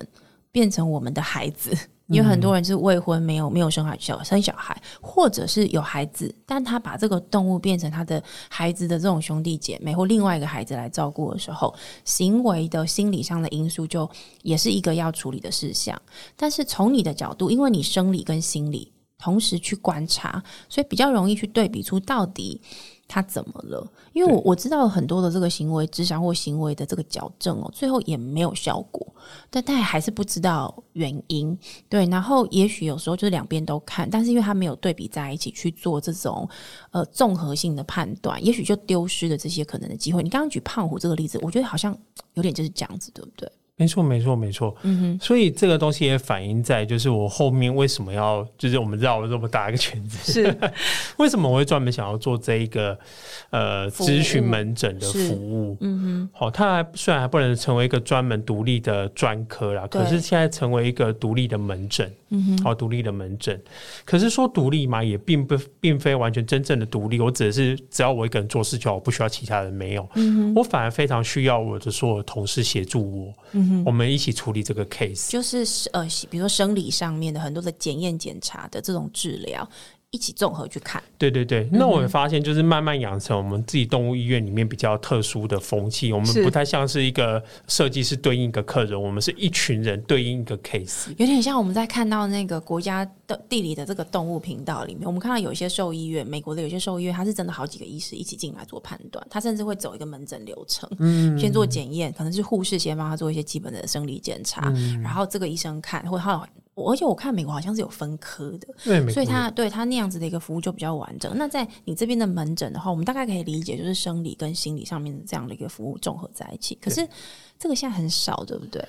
Speaker 1: 变成我们的孩子，因为很多人是未婚没有没有生孩小生小孩，或者是有孩子，但他把这个动物变成他的孩子的这种兄弟姐妹或另外一个孩子来照顾的时候，行为的心理上的因素就也是一个要处理的事项。但是从你的角度，因为你生理跟心理同时去观察，所以比较容易去对比出到底他怎么了。因为我我知道很多的这个行为智商或行为的这个矫正哦，最后也没有效果，但但还是不知道原因。对，然后也许有时候就是两边都看，但是因为他没有对比在一起去做这种呃综合性的判断，也许就丢失了这些可能的机会。你刚刚举胖虎这个例子，我觉得好像有点就是这样子，对不对？
Speaker 2: 没错，没错，没错。嗯哼，所以这个东西也反映在，就是我后面为什么要，就是我们绕了这么大一个圈子，
Speaker 1: 是
Speaker 2: 为什么我会专门想要做这一个呃
Speaker 1: 服务
Speaker 2: 咨询门诊的服务？嗯哼，好、它还虽然还不能成为一个专门独立的专科啦，
Speaker 1: 对
Speaker 2: 可是现在成为一个独立的门诊，嗯哼，好、独立的门诊。可是说独立嘛，也并不并非完全真正的独立，我只是只要我一个人做事就好，我不需要其他人没有。嗯、我反而非常需要我的所有同事协助我，嗯、我们一起处理这个 case。
Speaker 1: 就是呃，比如说生理上面的很多的检验检查的这种治疗，一起综合去看。
Speaker 2: 对对对，那我也发现，就是慢慢养成我们自己动物医院里面比较特殊的风气，我们
Speaker 1: 是
Speaker 2: 不太像是一个设计师对应一个客人，我们是一群人对应一个 case。
Speaker 1: 有点像我们在看到那个国家的地理的这个动物频道里面，我们看到有一些兽医院，美国的有些兽医院，它是真的好几个医师一起进来做判断，他甚至会走一个门诊流程，嗯，先做检验，可能是护士先帮他做一些基本的生理检查，然后这个医生看，或者他有。我而且我看美国好像是有分科的，
Speaker 2: 对，没
Speaker 1: 所以他对他那样子的一个服务就比较完整。那在你这边的门诊的话，我们大概可以理解就是生理跟心理上面的这样的一个服务综合在一起。可是这个现在很少，对不对？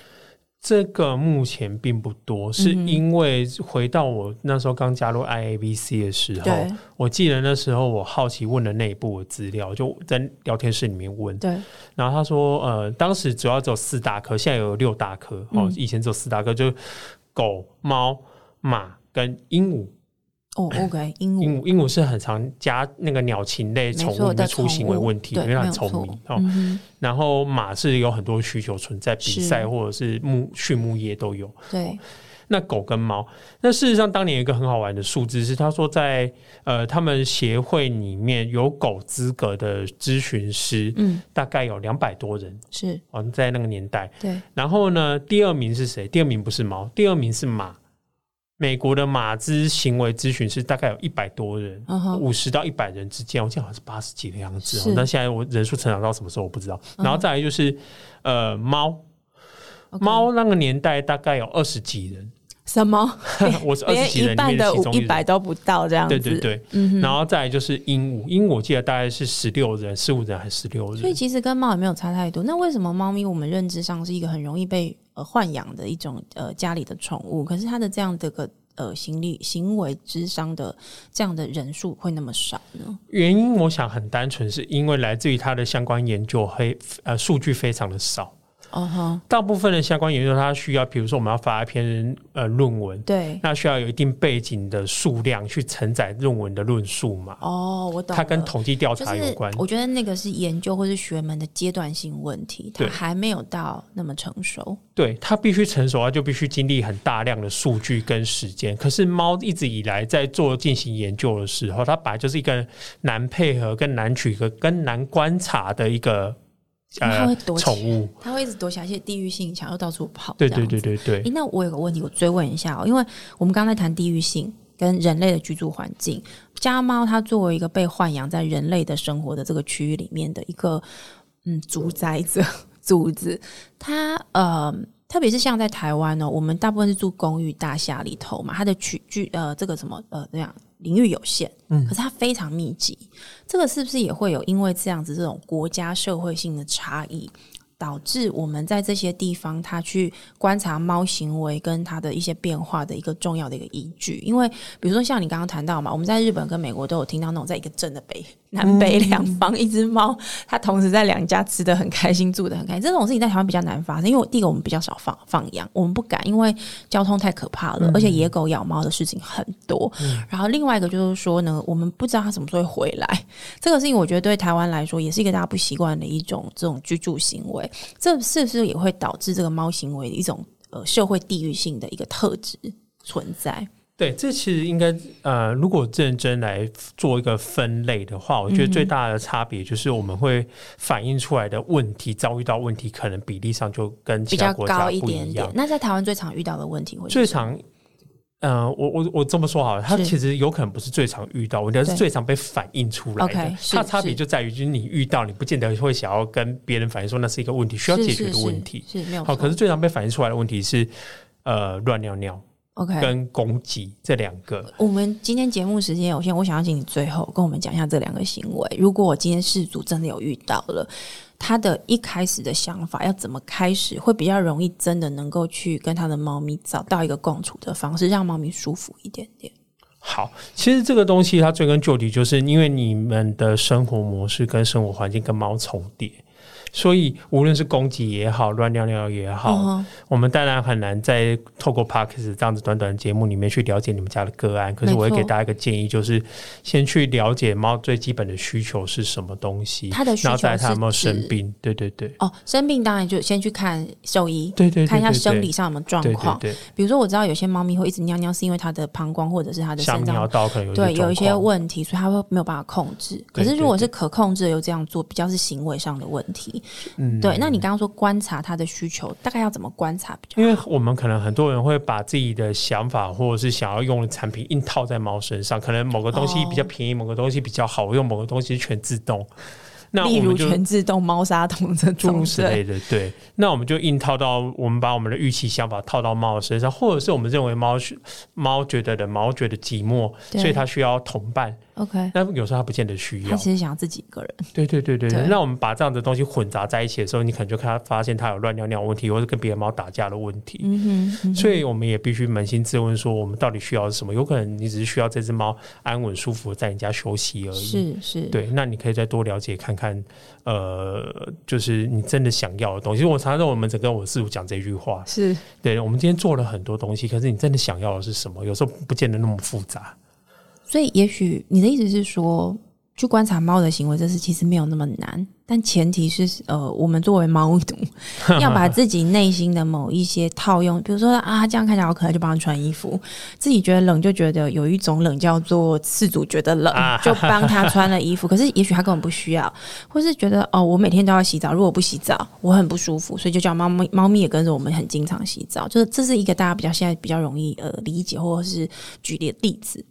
Speaker 2: 这个目前并不多，是因为回到我那时候刚加入 IABC 的时候
Speaker 1: 对，
Speaker 2: 我记得那时候我好奇问了内部的资料，就在聊天室里面问，
Speaker 1: 对，
Speaker 2: 然后他说，呃，当时主要只有四大科，现在有六大科，哦，
Speaker 1: 嗯
Speaker 2: 以前只有四大科，就是狗、猫、马跟鹦鹉。
Speaker 1: 哦，OK，鹦鹉
Speaker 2: 鹦鹉，鹦鹉是很常加那个鸟禽类
Speaker 1: 没
Speaker 2: 宠
Speaker 1: 错
Speaker 2: 物
Speaker 1: 的
Speaker 2: 的出
Speaker 1: 宠
Speaker 2: 行为
Speaker 1: 物
Speaker 2: 问题，
Speaker 1: 对
Speaker 2: 因为它
Speaker 1: 没
Speaker 2: 很
Speaker 1: 有
Speaker 2: 聪
Speaker 1: 错嗯
Speaker 2: 明哦。然后马是有很多需求存在，比
Speaker 1: 是
Speaker 2: 赛或者是牧畜牧业都有。
Speaker 1: 对，
Speaker 2: 那狗跟猫，那事实上当年有一个很好玩的数字是，他说在呃他们协会里面有狗资格的咨询师，
Speaker 1: 嗯，
Speaker 2: 大概有两百多人
Speaker 1: 是
Speaker 2: 哦，在那个年代。
Speaker 1: 对，
Speaker 2: 然后呢，第二名是谁？第二名不是猫，第二名是马。美国的马之行为咨询师大概有一百多人，
Speaker 1: 嗯哼，
Speaker 2: 五十到一百人之间，我记得好像是八十几的样子、
Speaker 1: 是
Speaker 2: 哦。那现在我人数成长到什么时候我不知道。
Speaker 1: 嗯
Speaker 2: 然后再来就是，呃，猫
Speaker 1: OK
Speaker 2: 猫那个年代大概有二十几人，
Speaker 1: 什么？
Speaker 2: 我是二十
Speaker 1: 连
Speaker 2: 几
Speaker 1: 一
Speaker 2: 人里
Speaker 1: 半
Speaker 2: 面
Speaker 1: 的
Speaker 2: 其
Speaker 1: 五
Speaker 2: 中
Speaker 1: 一
Speaker 2: 人
Speaker 1: 百都不到这样子，
Speaker 2: 对对对。
Speaker 1: 嗯哼。
Speaker 2: 然后再来就是鹦鹉，鹦鹉我记得大概是十六人、十五人还是十六
Speaker 1: 所以
Speaker 2: 人。
Speaker 1: 其实跟猫也没有差太多。那为什么猫咪我们认知上是一个很容易被呃豢养的一种呃家里的宠物，可是它的这样的个呃行力行为智商的这样的人数会那么少呢？
Speaker 2: 原因我想很单纯，是因为来自于它的相关研究黑呃数据非常的少。
Speaker 1: 哦哈，
Speaker 2: 大部分的相关研究，它需要，比如说我们要发一篇呃论文，
Speaker 1: 对，
Speaker 2: 那需要有一定背景的数量去承载论文的论述嘛？
Speaker 1: 哦，我懂了。
Speaker 2: 它跟统计调
Speaker 1: 就
Speaker 2: 查
Speaker 1: 是
Speaker 2: 有关。
Speaker 1: 我觉得那个是研究或是学门的阶段性问题，它
Speaker 2: 对
Speaker 1: 还没有到那么成熟。
Speaker 2: 对，它必须成熟，它就必须经历很大量的数据跟时间。可是猫一直以来在做进行研究的时候，它本来就是一个难配合、跟难取和跟难观察的一个
Speaker 1: 它
Speaker 2: 呃
Speaker 1: 会躲起来
Speaker 2: 宠物。
Speaker 1: 它会一直躲起来，而且地域性强又到处跑。
Speaker 2: 对
Speaker 1: 这样
Speaker 2: 对
Speaker 1: 子
Speaker 2: 对对对
Speaker 1: 诶，那我有个问题，我追问一下哦，因为我们刚才谈地域性跟人类的居住环境，家猫它作为一个被豢养在人类的生活的这个区域里面的一个嗯主宰者主子， 它呃。特别是像在台湾哦，我们大部分是住公寓大厦里头嘛，它的区居呃这个什么呃这样领域有限，可是它非常密集。这个是不是也会有因为这样子这种国家社会性的差异，导致我们在这些地方，它去观察猫行为跟它的一些变化的一个重要的一个依据？因为比如说像你刚刚谈到嘛，我们在日本跟美国都有听到那种在一个镇的北南北两方一只猫，它同时在两家吃的很开心，住的很开心。这种事情在台湾比较难发生，因为我第一个我们比较少放放养，我们不敢，因为交通太可怕了，而且野狗咬猫的事情很多。然后另外一个就是说呢，我们不知道它什么时候会回来，这个事情我觉得对台湾来说也是一个大家不习惯的一种这种居住行为，这是不是也会导致这个猫行为的一种呃社会地域性的一个特质存在？
Speaker 2: 对，这其实应该呃，如果认真来做一个分类的话，我觉得
Speaker 1: 嗯
Speaker 2: 最大的差别就是我们会反映出来的问题，遭遇到问题可能比例上就跟
Speaker 1: 比
Speaker 2: 其他
Speaker 1: 较
Speaker 2: 国家
Speaker 1: 高
Speaker 2: 不
Speaker 1: 一点
Speaker 2: 样
Speaker 1: 点。。那在台湾最常遇到的问题会是
Speaker 2: 最
Speaker 1: 什么
Speaker 2: 常，呃，我我我这么说好了，它
Speaker 1: 是
Speaker 2: 其实有可能不是最常遇到，我觉得是
Speaker 1: 对
Speaker 2: 最常被反映出来
Speaker 1: OK，
Speaker 2: 的。
Speaker 1: 是
Speaker 2: 它的差别
Speaker 1: 是
Speaker 2: 就在于，就是你遇到，你不见得会想要跟别人反映说那是一个问题，需要解决的问题。
Speaker 1: 是是是是没有
Speaker 2: 好，
Speaker 1: 错
Speaker 2: 可是最常被反映出来的问题是，呃，乱尿尿
Speaker 1: OK。
Speaker 2: 跟攻击这两个。
Speaker 1: 我们今天节目时间有限，我想要请你最后跟我们讲一下这两个行为。如果我今天事主真的有遇到了，他的一开始的想法要怎么开始，会比较容易真的能够去跟他的猫咪找到一个共处的方式，让猫咪舒服一点点。
Speaker 2: 好，其实这个东西它追根究底，就是因为你们的生活模式跟生活环境跟猫重叠，所以无论是攻击也好，乱尿尿也好，
Speaker 1: 嗯哼
Speaker 2: 我们当然很难在透过 Parkes 这样子短短的节目里面去了解你们家的个案，可是我
Speaker 1: 没
Speaker 2: 会
Speaker 1: 错
Speaker 2: 给大家一个建议，就是先去了解猫最基本的需求是什么东西，
Speaker 1: 它的需求
Speaker 2: 然后再来它有
Speaker 1: 是
Speaker 2: 没有
Speaker 1: 指
Speaker 2: 生病，对对对，
Speaker 1: 哦，生病当然就先去看兽医，
Speaker 2: 对对对
Speaker 1: 看一下
Speaker 2: 对对
Speaker 1: 生理上有没有状
Speaker 2: 对
Speaker 1: 况。
Speaker 2: 对对，
Speaker 1: 比如说，我知道有些猫咪会一直尿尿，是因为它的膀胱或者是它的
Speaker 2: 像
Speaker 1: 肾脏
Speaker 2: 尿道可能有
Speaker 1: 对，有一些
Speaker 2: 状况
Speaker 1: 问题，所以他会没有办法控制。可
Speaker 2: 对
Speaker 1: 是如果
Speaker 2: 对
Speaker 1: 是可控制的，又这样做，比较是行为上的问题。
Speaker 2: 嗯
Speaker 1: 对，那你刚刚说观察他的需求，大概要怎么观察比较
Speaker 2: 因为我们可能很多人会把自己的想法或者是想要用的产品硬套在猫身上，可能某个东西
Speaker 1: 哦
Speaker 2: 比较便宜，某个东西比较好用，某个东西全自动。那
Speaker 1: 好？
Speaker 2: 我
Speaker 1: 例如
Speaker 2: 们就
Speaker 1: 全自动猫砂桶这
Speaker 2: 诸
Speaker 1: 种
Speaker 2: 如此
Speaker 1: 对
Speaker 2: 类的，对。那我们就硬套到我们把我们的预期想法套到猫的身上，或者是我们认为猫需猫觉得的猫觉得寂寞，
Speaker 1: 对
Speaker 2: 所以它需要同伴。
Speaker 1: OK，
Speaker 2: 那有时候它不见得需
Speaker 1: 他
Speaker 2: 要。
Speaker 1: 其实想要自己一个人。
Speaker 2: 对对对对对
Speaker 1: 对
Speaker 2: 那我们把这样的东西混杂在一起的时候，你可能就看它发现它有乱尿尿的问题，或者跟别的猫打架的问题。
Speaker 1: 嗯哼，嗯哼
Speaker 2: 所以我们也必须扪心自问，说我们到底需要的是什么？有可能你只是需要这只猫安稳舒服地在你家休息而已。
Speaker 1: 是是，
Speaker 2: 对，那你可以再多了解看看，呃，就是你真的想要的东西。我常常在我们整个我师傅讲这句话，
Speaker 1: 是
Speaker 2: 对我们今天做了很多东西，可是你真的想要的是什么？有时候不见得那么复杂。
Speaker 1: 所以，也许你的意思是说，去观察猫的行为，这是其实没有那么难，但前提是，呃，我们作为猫 奴，要把自己内心的某一些套用，比如说啊，它这样看起来好可爱，就帮它穿衣服；自己觉得冷，就觉得有一种冷叫做饲主觉得冷
Speaker 2: 啊，
Speaker 1: 就帮它穿了衣服。可是，也许它根本不需要，或是觉得哦，我每天都要洗澡，如果不洗澡，我很不舒服，所以就叫猫咪，猫咪也跟着我们很经常洗澡。就是这是一个大家比较现在比较容易呃理解或者是举例的例子。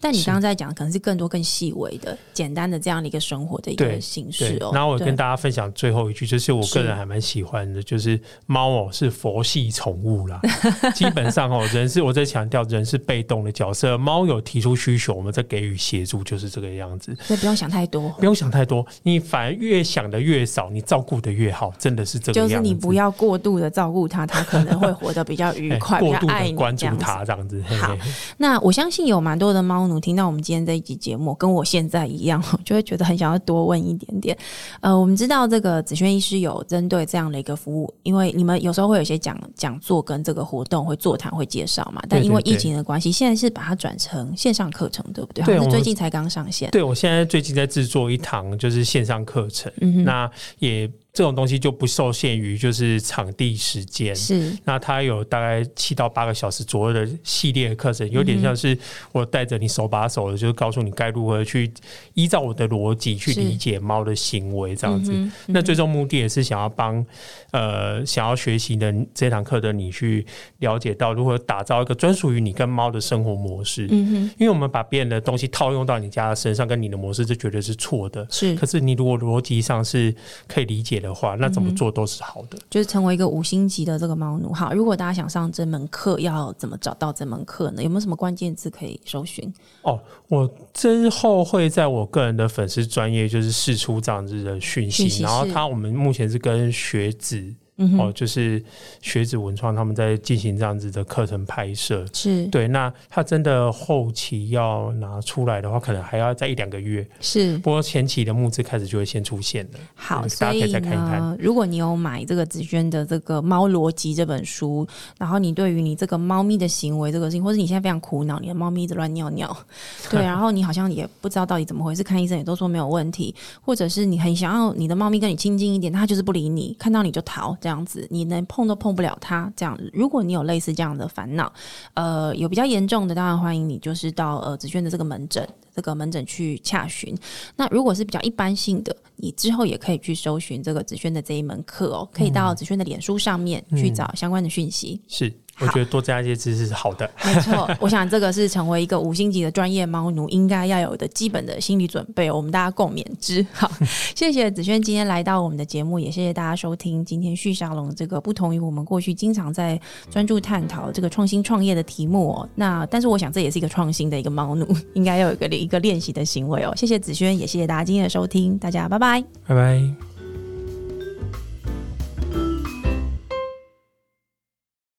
Speaker 1: 但你刚刚在讲，可能是更多更细微的、简单的这样的一个生活的一个
Speaker 2: 对
Speaker 1: 形
Speaker 2: 对
Speaker 1: 式哦。，
Speaker 2: 然后我
Speaker 1: 对
Speaker 2: 跟大家分享最后一句，就是我个
Speaker 1: 是
Speaker 2: 人还蛮喜欢的，就是猫哦是佛系宠物啦。 基本上哦，人是我在强调人是被动的角色，猫有提出需求，我们再给予协助，就是这个样子。
Speaker 1: 所以不用想太多，
Speaker 2: 不用想太多，你反而越想的越少，你照顾的越好，真的是这个
Speaker 1: 就
Speaker 2: 样子。
Speaker 1: 是你不要过度的照顾它，它可能会活得比较愉
Speaker 2: 哎
Speaker 1: 快，比
Speaker 2: 过
Speaker 1: 较
Speaker 2: 度
Speaker 1: 爱
Speaker 2: 的
Speaker 1: 你
Speaker 2: 关
Speaker 1: 这
Speaker 2: 注
Speaker 1: 样子。
Speaker 2: 它这样子。嘿
Speaker 1: 好
Speaker 2: 嘿
Speaker 1: 那我相信有蛮多的猫奴听到我们今天这一集节目，跟我现在一样， 就会觉得很想要多问一点点。呃，我们知道这个子轩医师有针对这样的一个服务，因为你们有时候会有一些讲讲座跟这个活动会座谈会介绍嘛，但
Speaker 2: 对
Speaker 1: 因为
Speaker 2: 对
Speaker 1: 疫
Speaker 2: 对
Speaker 1: 情的关系，现在是把它转成线上课程，对不对？
Speaker 2: 对
Speaker 1: 好像是
Speaker 2: 我
Speaker 1: 最
Speaker 2: 们
Speaker 1: 近才刚上线。
Speaker 2: 对我现在最近在制作一堂就是线上课程，
Speaker 1: 嗯哼，
Speaker 2: 那也这种东西就不受限于就是场地时间，
Speaker 1: 是
Speaker 2: 那它有大概七到八个小时左右的系列课程，有
Speaker 1: 嗯
Speaker 2: 点像是我带着你手把手的，就是告诉你该如何去依照我的逻辑去
Speaker 1: 是
Speaker 2: 理解猫的行为这样子。
Speaker 1: 嗯哼
Speaker 2: 那最终目的也是想要帮呃想要学习的这堂课的你去了解到如何打造一个专属于你跟猫的生活模式。
Speaker 1: 嗯哼，
Speaker 2: 因为我们把别人的东西套用
Speaker 1: 嗯
Speaker 2: 到你家的身上，跟你的模式，这绝对是错的。
Speaker 1: 是
Speaker 2: 可是你如果逻辑上是可以理解的的话，那
Speaker 1: 嗯
Speaker 2: 怎么做都是好的。
Speaker 1: 就是成为一个五星级的这个猫奴。好，如果大家想上这门课，要怎么找到这门课呢？有没有什么关键字可以搜寻？
Speaker 2: 哦，我之后会在我个人的粉丝专业就是试出这样子的讯息，
Speaker 1: 讯息
Speaker 2: 然后
Speaker 1: 是
Speaker 2: 他我们目前是跟学子、
Speaker 1: 嗯哼，
Speaker 2: 哦，就是学子文创他们在进行这样子的课程拍摄。
Speaker 1: 是
Speaker 2: 对，那他真的后期要拿出来的话，可能还要在一两个月。
Speaker 1: 是
Speaker 2: 不过前期的募资开始就会先出现了。
Speaker 1: 好，
Speaker 2: 嗯
Speaker 1: 所
Speaker 2: 大家可以
Speaker 1: 以
Speaker 2: 再看一看
Speaker 1: 呢，如果你有买这个紫萱的这个《猫逻辑》这本书，然后你对于你这个猫咪的行为这个事情，或者你现在非常苦恼，你的猫咪一直乱尿 尿，对，然后你好像也不知道到底怎么回事，看医生也都说没有问题，或者是你很想要你的猫咪跟你亲近一点，它就是不理你，看到你就逃这样子，你连碰都碰不了它这样。如果你有类似这样的烦恼，呃，有比较严重的，当然欢迎你就是到呃紫萱的这个门诊。这个门诊去洽询，那如果是比较一般性的，你之后也可以去搜寻这个子轩的这一门课哦，可以到子轩的脸书上面去找相关的讯息。
Speaker 2: 是，
Speaker 1: 好
Speaker 2: 我觉得多增加一些知识是好的。
Speaker 1: 没错，我想这个是成为一个五星级的专业猫奴应该要有的基本的心理准备哦，我们大家共勉之。好，谢谢子轩今天来到我们的节目，也谢谢大家收听今天旭沙龙这个不同于我们过去经常在专注探讨这个创新创业的题目哦。那但是我想这也是一个创新的一个猫奴应该要有一个一个练习的行为哦。谢谢子轩，也谢谢大家今天的收听，大家拜拜。
Speaker 2: 拜拜。